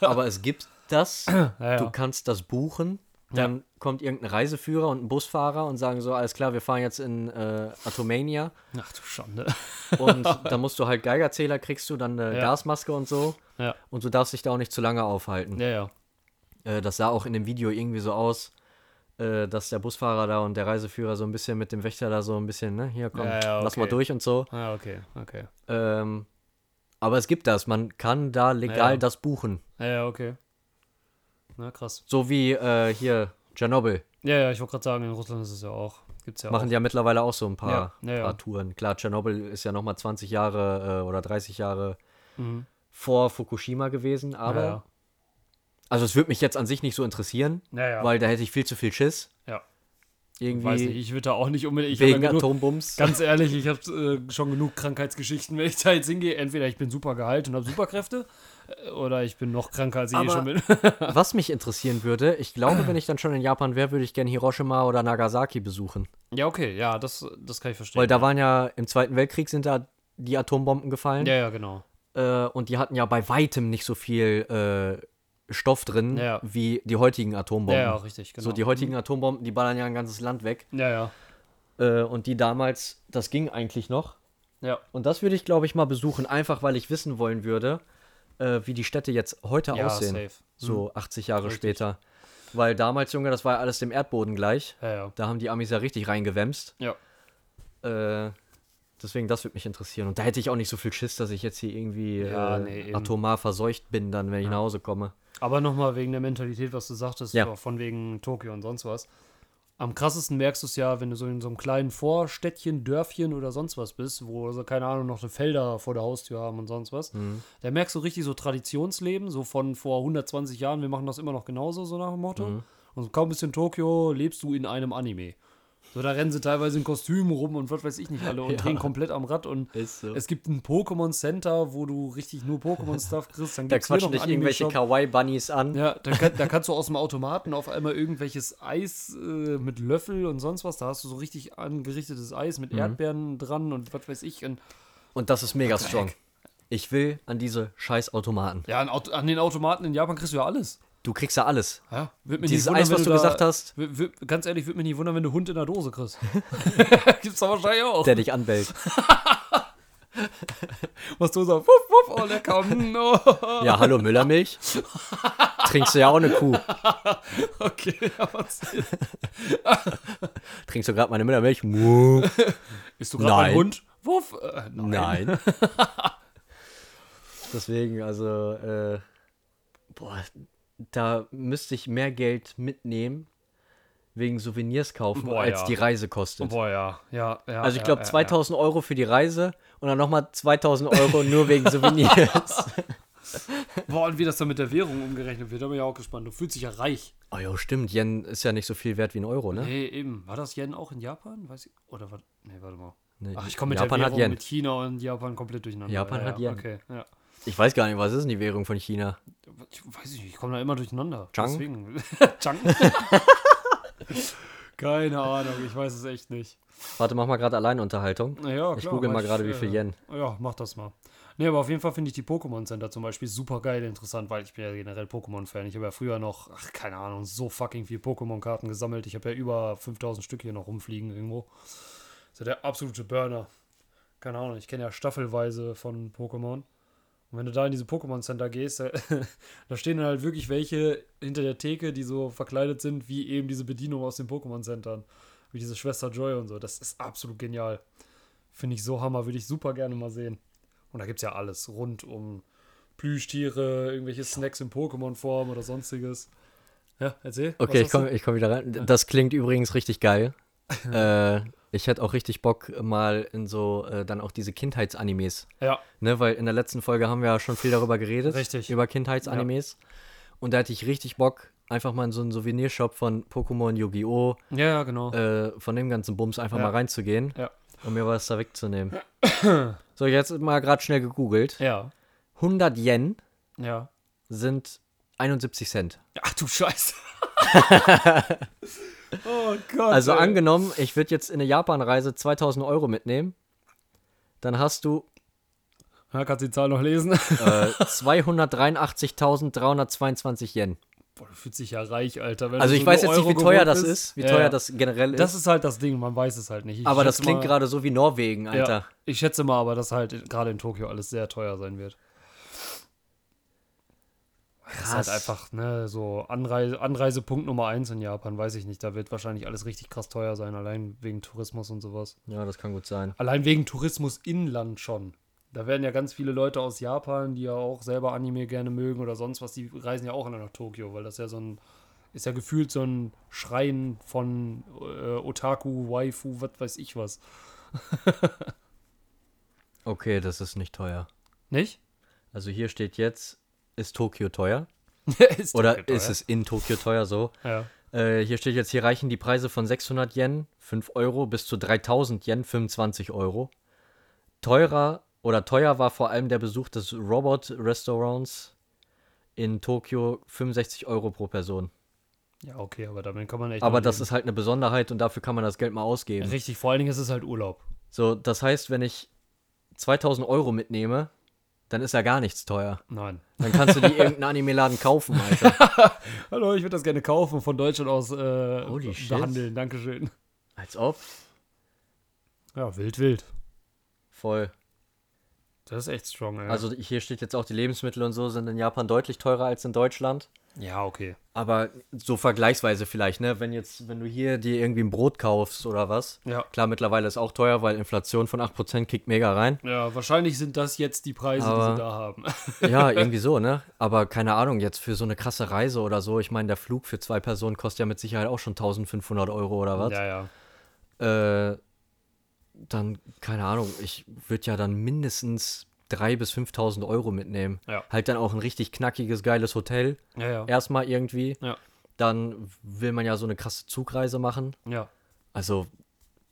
Speaker 2: Aber es gibt das.
Speaker 1: ja,
Speaker 2: Du
Speaker 1: ja.
Speaker 2: kannst das buchen. Dann kommt irgendein Reiseführer und ein Busfahrer und sagen so, alles klar, wir fahren jetzt in äh, Atomania.
Speaker 1: Ach du Schande.
Speaker 2: Und
Speaker 1: (laughs)
Speaker 2: da musst du halt Geigerzähler, kriegst du dann eine
Speaker 1: Ja.
Speaker 2: Gasmaske und so.
Speaker 1: Ja,
Speaker 2: Und du darfst dich da auch nicht zu lange aufhalten.
Speaker 1: ja, ja.
Speaker 2: Äh, das sah auch in dem Video irgendwie so aus, äh, dass der Busfahrer da und der Reiseführer so ein bisschen mit dem Wächter da so ein bisschen, ne, hier komm,
Speaker 1: Ja, ja,
Speaker 2: lass
Speaker 1: okay.
Speaker 2: mal durch und so.
Speaker 1: Ah, okay, okay.
Speaker 2: Ähm, aber es gibt das, man kann da legal
Speaker 1: Ja.
Speaker 2: das buchen.
Speaker 1: Ja, ja, okay. Na, krass.
Speaker 2: So wie äh, hier Tschernobyl.
Speaker 1: Ja, ja, ich wollte gerade sagen, in Russland ist es ja auch. Gibt's ja
Speaker 2: Machen die ja mittlerweile auch so ein paar,
Speaker 1: Ja, ja, ja.
Speaker 2: paar Touren. Klar, Tschernobyl ist ja nochmal 20 Jahre äh, oder 30 Jahre
Speaker 1: auch. Mhm.
Speaker 2: vor Fukushima gewesen, aber.
Speaker 1: Ja, ja.
Speaker 2: Also, es würde mich jetzt an sich nicht so interessieren,
Speaker 1: Ja, ja.
Speaker 2: weil da hätte ich viel zu viel Schiss.
Speaker 1: Ja.
Speaker 2: Irgendwie
Speaker 1: Weiß nicht, ich würde da auch nicht unbedingt. Ich hab
Speaker 2: wegen
Speaker 1: ja genug,
Speaker 2: Atombums.
Speaker 1: (laughs) ganz ehrlich, ich habe äh, schon genug Krankheitsgeschichten, wenn ich da jetzt hingehe. Entweder ich bin super geheilt und habe Superkräfte, äh, oder ich bin noch kranker, als ich eh
Speaker 2: Aber-
Speaker 1: schon bin. (laughs)
Speaker 2: Was mich interessieren würde, ich glaube, wenn ich dann schon in Japan wäre, würde ich gerne Hiroshima oder Nagasaki besuchen.
Speaker 1: ja, okay, ja, das, das kann ich verstehen.
Speaker 2: Weil da waren ja im Zweiten Weltkrieg sind da die Atombomben gefallen.
Speaker 1: ja, ja, genau.
Speaker 2: äh, und die hatten ja bei weitem nicht so viel äh, Stoff drin
Speaker 1: Ja.
Speaker 2: wie die heutigen Atombomben.
Speaker 1: Ja, ja, richtig, genau.
Speaker 2: So die heutigen Atombomben, die ballern ja ein ganzes Land weg.
Speaker 1: ja, ja.
Speaker 2: Äh, und die damals, das ging eigentlich noch.
Speaker 1: Ja,
Speaker 2: Und das würde ich, glaube ich, mal besuchen, einfach weil ich wissen wollen würde, äh, wie die Städte jetzt heute
Speaker 1: ja
Speaker 2: aussehen.
Speaker 1: safe. Mhm.
Speaker 2: So 80 Jahre
Speaker 1: Richtig.
Speaker 2: später. Weil damals, Junge, das war ja alles dem Erdboden gleich.
Speaker 1: Ja, ja.
Speaker 2: Da haben die Amis ja richtig reingewämst.
Speaker 1: Ja.
Speaker 2: Äh, deswegen, das würde mich interessieren. Und da hätte ich auch nicht so viel Schiss, dass ich jetzt hier irgendwie
Speaker 1: Ja,
Speaker 2: äh,
Speaker 1: nee, eben.
Speaker 2: atomar verseucht bin, dann, wenn ich nach Hause komme.
Speaker 1: Aber nochmal wegen der Mentalität, was du sagtest,
Speaker 2: Ja.
Speaker 1: von wegen Tokio und sonst was. Am krassesten merkst du es ja, wenn du so in so einem kleinen Vorstädtchen, Dörfchen oder sonst was bist, wo so, keine Ahnung, noch eine Felder vor der Haustür haben und sonst was.
Speaker 2: Mhm.
Speaker 1: Da merkst du richtig so Traditionsleben, so von vor 120 Jahren, wir machen das immer noch genauso, so nach dem Motto.
Speaker 2: Mhm.
Speaker 1: Und so kaum bist du in Tokio, lebst du in einem Anime. So, da rennen sie teilweise in Kostümen rum und was weiß ich nicht alle und
Speaker 2: (laughs) Ja.
Speaker 1: drehen komplett am Rad und
Speaker 2: Ist so.
Speaker 1: es gibt ein Pokémon Center, wo du richtig nur Pokémon-Stuff kriegst. Dann
Speaker 2: Da
Speaker 1: gibt's hier
Speaker 2: quatschen
Speaker 1: noch einen
Speaker 2: dich irgendwelche
Speaker 1: Anime-Shop.
Speaker 2: Kawaii-Bunnies an.
Speaker 1: Ja, da, kann, da kannst du aus dem Automaten auf einmal irgendwelches Eis äh, mit Löffel und sonst was. Da hast du so richtig angerichtetes Eis mit Erdbeeren dran und was weiß ich. Und,
Speaker 2: Und das ist mega strong. Ich will an diese scheiß Automaten.
Speaker 1: ja, an, Aut- an den Automaten in Japan kriegst du ja alles.
Speaker 2: Du kriegst ja alles.
Speaker 1: Ja, würd mich
Speaker 2: Dieses
Speaker 1: nicht wundern,
Speaker 2: Eis,
Speaker 1: wenn
Speaker 2: was du
Speaker 1: da-
Speaker 2: gesagt hast.
Speaker 1: wür- wür- ganz ehrlich, würde mich nicht wundern, wenn du Hund in der Dose (laughs) kriegst. Gibt's da wahrscheinlich auch.
Speaker 2: Der
Speaker 1: (laughs)
Speaker 2: dich anbellt.
Speaker 1: was du sagst, wuff, wuff, oh, lecker. (laughs) mm, oh.
Speaker 2: Ja, hallo Müllermilch. Trinkst du ja auch eine Kuh.
Speaker 1: Okay, (laughs) aber was-
Speaker 2: Trinkst du gerade meine Müllermilch? Muh.
Speaker 1: Ist du gerade ein
Speaker 2: Nein.
Speaker 1: Hund? Wuff. Äh, nein. (laughs)
Speaker 2: Nein. Deswegen, also, äh, boah, da müsste ich mehr Geld mitnehmen, wegen Souvenirs kaufen,
Speaker 1: Boah,
Speaker 2: als
Speaker 1: ja.
Speaker 2: die Reise kostet.
Speaker 1: Boah, ja. ja, ja
Speaker 2: Also ich
Speaker 1: ja,
Speaker 2: glaube
Speaker 1: ja,
Speaker 2: 2000 Euro für die Reise und dann nochmal 2000 Euro
Speaker 1: (laughs)
Speaker 2: nur wegen Souvenirs.
Speaker 1: Boah, und wie das dann mit der Währung umgerechnet wird, da bin ich auch gespannt. Du fühlst dich ja reich.
Speaker 2: oh ja, stimmt. Yen ist ja nicht so viel wert wie ein Euro, ne?
Speaker 1: Nee, eben. War das Yen auch in Japan? Weiß ich. Oder war. Nee, warte mal.
Speaker 2: Nee,
Speaker 1: Ach, ich komme mit
Speaker 2: Japan
Speaker 1: der
Speaker 2: hat
Speaker 1: Währung
Speaker 2: Yen.
Speaker 1: mit China und Japan komplett durcheinander.
Speaker 2: Japan
Speaker 1: ja,
Speaker 2: hat
Speaker 1: ja.
Speaker 2: Yen.
Speaker 1: Okay, ja.
Speaker 2: Ich weiß gar nicht, was ist denn die Währung von China?
Speaker 1: Ich weiß nicht, ich komme da immer durcheinander.
Speaker 2: Chang?
Speaker 1: Deswegen. (laughs)
Speaker 2: (laughs)
Speaker 1: Chang? Keine Ahnung, ich weiß es echt nicht.
Speaker 2: Warte, mach mal gerade Alleinunterhaltung.
Speaker 1: Naja, klar,
Speaker 2: Ich google mal
Speaker 1: weiß
Speaker 2: gerade,
Speaker 1: ich,
Speaker 2: wie viel
Speaker 1: äh,
Speaker 2: Yen.
Speaker 1: Ja, mach das mal. Nee, aber auf jeden Fall finde ich die Pokémon Center zum Beispiel super geil interessant, weil ich bin ja generell Pokémon-Fan. Ich habe ja früher noch, ach, keine Ahnung, so fucking viel Pokémon-Karten gesammelt. Ich habe ja über 5000 Stück hier noch rumfliegen irgendwo. Das ist ja der absolute Burner. Keine Ahnung, ich kenne ja staffelweise von Pokémon. Und wenn du da in diese Pokémon Center gehst, äh, (laughs) da, da stehen dann halt wirklich welche hinter der Theke, die so verkleidet sind wie eben diese Bedienung aus den Pokémon Centern. Wie diese Schwester Joy und so. Das ist absolut genial. Finde ich so Hammer, würde ich super gerne mal sehen. Und da gibt es ja alles rund um Plüschtiere, irgendwelche Snacks in Pokémon-Form oder sonstiges. Ja, erzähl. was
Speaker 2: Okay, ich
Speaker 1: hast du?
Speaker 2: komme ich komm wieder rein. Das klingt übrigens richtig
Speaker 1: (laughs)
Speaker 2: geil. äh, ich hätte auch richtig Bock, mal in so äh, dann auch diese Kindheitsanimes.
Speaker 1: Ja,
Speaker 2: Ne, weil in der letzten Folge haben wir ja schon viel darüber geredet.
Speaker 1: Richtig.
Speaker 2: Über Kindheitsanimes. Und da hätte ich richtig Bock, einfach mal in so einen Souvenirshop von Pokémon, Yu-Gi-Oh!,
Speaker 1: ja, ja, genau.
Speaker 2: äh, von dem ganzen Bums einfach
Speaker 1: Ja.
Speaker 2: mal reinzugehen,
Speaker 1: Ja.
Speaker 2: um mir was da wegzunehmen. (clears throat) so, jetzt mal gerade schnell gegoogelt.
Speaker 1: Ja,
Speaker 2: 100 Yen
Speaker 1: ja.
Speaker 2: sind 71 Cent.
Speaker 1: Ach du Scheiße.
Speaker 2: (laughs)
Speaker 1: oh Gott.
Speaker 2: Also
Speaker 1: ey.
Speaker 2: angenommen, ich würde jetzt in eine Japan-Reise 2000 Euro mitnehmen, dann hast du
Speaker 1: Ja, kannst die Zahl noch lesen? (laughs)
Speaker 2: äh, 283.322 Yen.
Speaker 1: Boah, du fühlst dich ja reich, Alter. wenn
Speaker 2: Also
Speaker 1: du
Speaker 2: ich
Speaker 1: so
Speaker 2: weiß
Speaker 1: nur
Speaker 2: jetzt nicht, wie
Speaker 1: Euro
Speaker 2: teuer
Speaker 1: gewohnt
Speaker 2: das
Speaker 1: bist.
Speaker 2: ist, wie
Speaker 1: Ja,
Speaker 2: teuer
Speaker 1: ja.
Speaker 2: das generell ist,
Speaker 1: Das ist halt das Ding, man weiß es halt nicht. Ich
Speaker 2: aber das
Speaker 1: schätze
Speaker 2: klingt
Speaker 1: mal-
Speaker 2: gerade so wie Norwegen, Alter.
Speaker 1: Ja, ich schätze mal aber, dass halt in- gerade in Tokio alles sehr teuer sein wird. Das ist halt einfach, ne, so Anreise, Anreisepunkt Nummer eins in Japan, weiß ich nicht. Da wird wahrscheinlich alles richtig krass teuer sein, allein wegen Tourismus und sowas.
Speaker 2: Ja, das kann gut sein.
Speaker 1: Allein wegen Tourismus inland schon. Da werden ja ganz viele Leute aus Japan, die ja auch selber Anime gerne mögen oder sonst was, die reisen ja auch alle nach Tokio, weil das ja so ein, ist ja gefühlt so ein Schrein von äh, Otaku, Waifu, was weiß ich was.
Speaker 2: Okay, das ist nicht teuer.
Speaker 1: Nicht? (laughs)
Speaker 2: Also hier steht jetzt, ist Tokio teuer?
Speaker 1: ist
Speaker 2: Oder
Speaker 1: Tokio
Speaker 2: ist
Speaker 1: teuer.
Speaker 2: es in Tokio teuer so?
Speaker 1: Ja.
Speaker 2: Äh, hier steht jetzt, hier reichen die Preise von 600 Yen, 5 Euro, bis zu 3000 Yen, 25 Euro. Teurer oder teuer war vor allem der Besuch des Robot-Restaurants in Tokio, 65 Euro pro Person.
Speaker 1: ja, okay, aber damit kann man echt.
Speaker 2: Aber
Speaker 1: noch
Speaker 2: das
Speaker 1: leben.
Speaker 2: ist halt eine Besonderheit und dafür kann man das Geld mal ausgeben.
Speaker 1: Richtig, vor allen Dingen ist es halt Urlaub.
Speaker 2: So, das heißt, wenn ich 2000 Euro mitnehme, dann ist ja gar nichts teuer.
Speaker 1: Nein.
Speaker 2: Dann kannst du
Speaker 1: (laughs)
Speaker 2: die irgendeinen Anime-Laden kaufen, Alter.
Speaker 1: Hallo, ich würde das gerne kaufen und von Deutschland aus äh,
Speaker 2: Holy shit.
Speaker 1: behandeln. Dankeschön.
Speaker 2: Als ob.
Speaker 1: Ja, wild, wild.
Speaker 2: Voll.
Speaker 1: Das ist echt strong, ey.
Speaker 2: Also hier steht jetzt auch, die Lebensmittel und so sind in Japan deutlich teurer als in Deutschland.
Speaker 1: ja, okay.
Speaker 2: Aber so vergleichsweise vielleicht, ne? Wenn jetzt, wenn du hier dir irgendwie ein Brot kaufst oder was.
Speaker 1: Ja.
Speaker 2: Klar, mittlerweile ist auch teuer, weil Inflation von 8% kickt mega rein.
Speaker 1: Ja, wahrscheinlich sind das jetzt die Preise, die
Speaker 2: Aber-
Speaker 1: sie da haben.
Speaker 2: (laughs) Ja, irgendwie so, ne? Aber keine Ahnung, jetzt für so eine krasse Reise oder so. Ich meine, der Flug für zwei Personen kostet ja mit Sicherheit auch schon 1500 Euro oder was.
Speaker 1: Ja, ja.
Speaker 2: Äh, dann, keine Ahnung, ich würde ja dann mindestens 3.000 bis 5.000 Euro mitnehmen.
Speaker 1: Ja.
Speaker 2: Halt dann auch ein richtig knackiges, geiles Hotel.
Speaker 1: Ja, ja.
Speaker 2: Erstmal irgendwie.
Speaker 1: Ja.
Speaker 2: Dann will man ja so eine krasse Zugreise machen.
Speaker 1: ja.
Speaker 2: Also,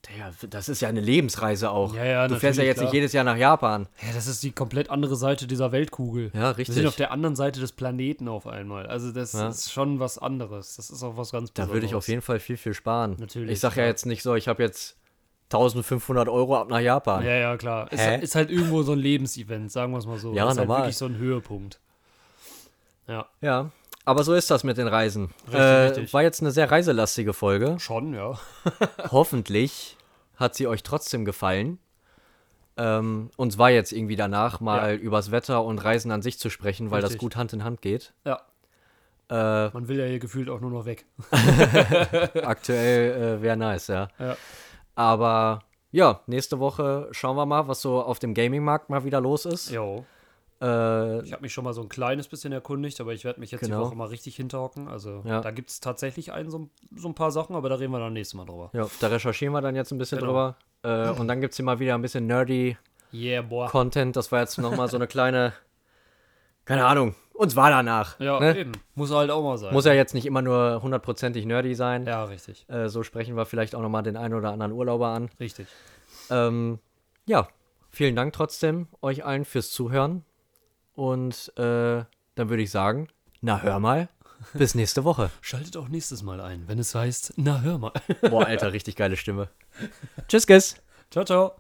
Speaker 2: der, das ist ja eine Lebensreise auch.
Speaker 1: Ja, ja,
Speaker 2: du fährst ja
Speaker 1: natürlich,
Speaker 2: jetzt
Speaker 1: klar.
Speaker 2: nicht jedes Jahr nach Japan.
Speaker 1: Ja, das ist die komplett andere Seite dieser Weltkugel.
Speaker 2: Ja,
Speaker 1: Wir
Speaker 2: richtig.
Speaker 1: sind auf der anderen Seite des Planeten auf einmal. Also das
Speaker 2: Ja.
Speaker 1: ist schon was anderes. Das ist auch was ganz
Speaker 2: Da
Speaker 1: Besonderes.
Speaker 2: würde ich auf jeden Fall viel, viel sparen.
Speaker 1: Natürlich,
Speaker 2: Ich sage ja
Speaker 1: klar.
Speaker 2: jetzt nicht so, ich habe jetzt 1500 Euro ab nach Japan.
Speaker 1: Ja, ja, klar. Ist,
Speaker 2: Hä?
Speaker 1: ist halt irgendwo so ein Lebensevent, sagen wir es mal so.
Speaker 2: Ja,
Speaker 1: ist
Speaker 2: normal.
Speaker 1: Halt wirklich so ein Höhepunkt. Ja,
Speaker 2: Ja, aber so ist das mit den Reisen.
Speaker 1: Richtig,
Speaker 2: äh,
Speaker 1: richtig.
Speaker 2: War jetzt eine sehr reiselastige Folge. (laughs)
Speaker 1: schon, ja.
Speaker 2: Hoffentlich hat sie euch trotzdem gefallen. Ähm, uns war jetzt irgendwie danach mal übers Wetter und Reisen an sich zu sprechen, weil das
Speaker 1: Richtig.
Speaker 2: gut Hand in Hand geht.
Speaker 1: Ja, (laughs)
Speaker 2: Äh,
Speaker 1: man will ja hier gefühlt auch nur noch weg.
Speaker 2: aktuell äh, wäre nice, ja.
Speaker 1: Ja.
Speaker 2: Aber ja, nächste Woche schauen wir mal, was so auf dem Gaming-Markt mal wieder los ist.
Speaker 1: Jo.
Speaker 2: Äh,
Speaker 1: Ich habe mich schon mal so ein kleines bisschen erkundigt, aber ich werde mich jetzt
Speaker 2: Genau.
Speaker 1: die Woche mal richtig hinterhocken. Also
Speaker 2: Ja.
Speaker 1: da gibt es tatsächlich ein, so, so ein paar Sachen, aber da reden wir dann nächstes Mal drüber.
Speaker 2: ja, da recherchieren wir dann jetzt ein bisschen
Speaker 1: Genau.
Speaker 2: drüber. Äh, und dann gibt es hier mal wieder ein bisschen nerdy
Speaker 1: Yeah, boah.
Speaker 2: Content. Das war jetzt nochmal so eine kleine, keine Ahnung, uns war danach.
Speaker 1: ja,
Speaker 2: ne?
Speaker 1: eben. Muss halt auch mal sein.
Speaker 2: Muss ja jetzt nicht immer nur hundertprozentig nerdy sein.
Speaker 1: ja, richtig.
Speaker 2: Äh, so sprechen wir vielleicht auch nochmal den einen oder anderen Urlauber an.
Speaker 1: Richtig.
Speaker 2: Ähm, ja, vielen Dank trotzdem euch allen fürs Zuhören. Und äh, dann würde ich sagen, na hör mal, bis nächste Woche.
Speaker 1: Schaltet auch nächstes Mal ein, wenn es heißt, na hör mal.
Speaker 2: Boah, Alter, richtig geile Stimme. (laughs) Tschüss, tschüss.
Speaker 1: ciao, ciao.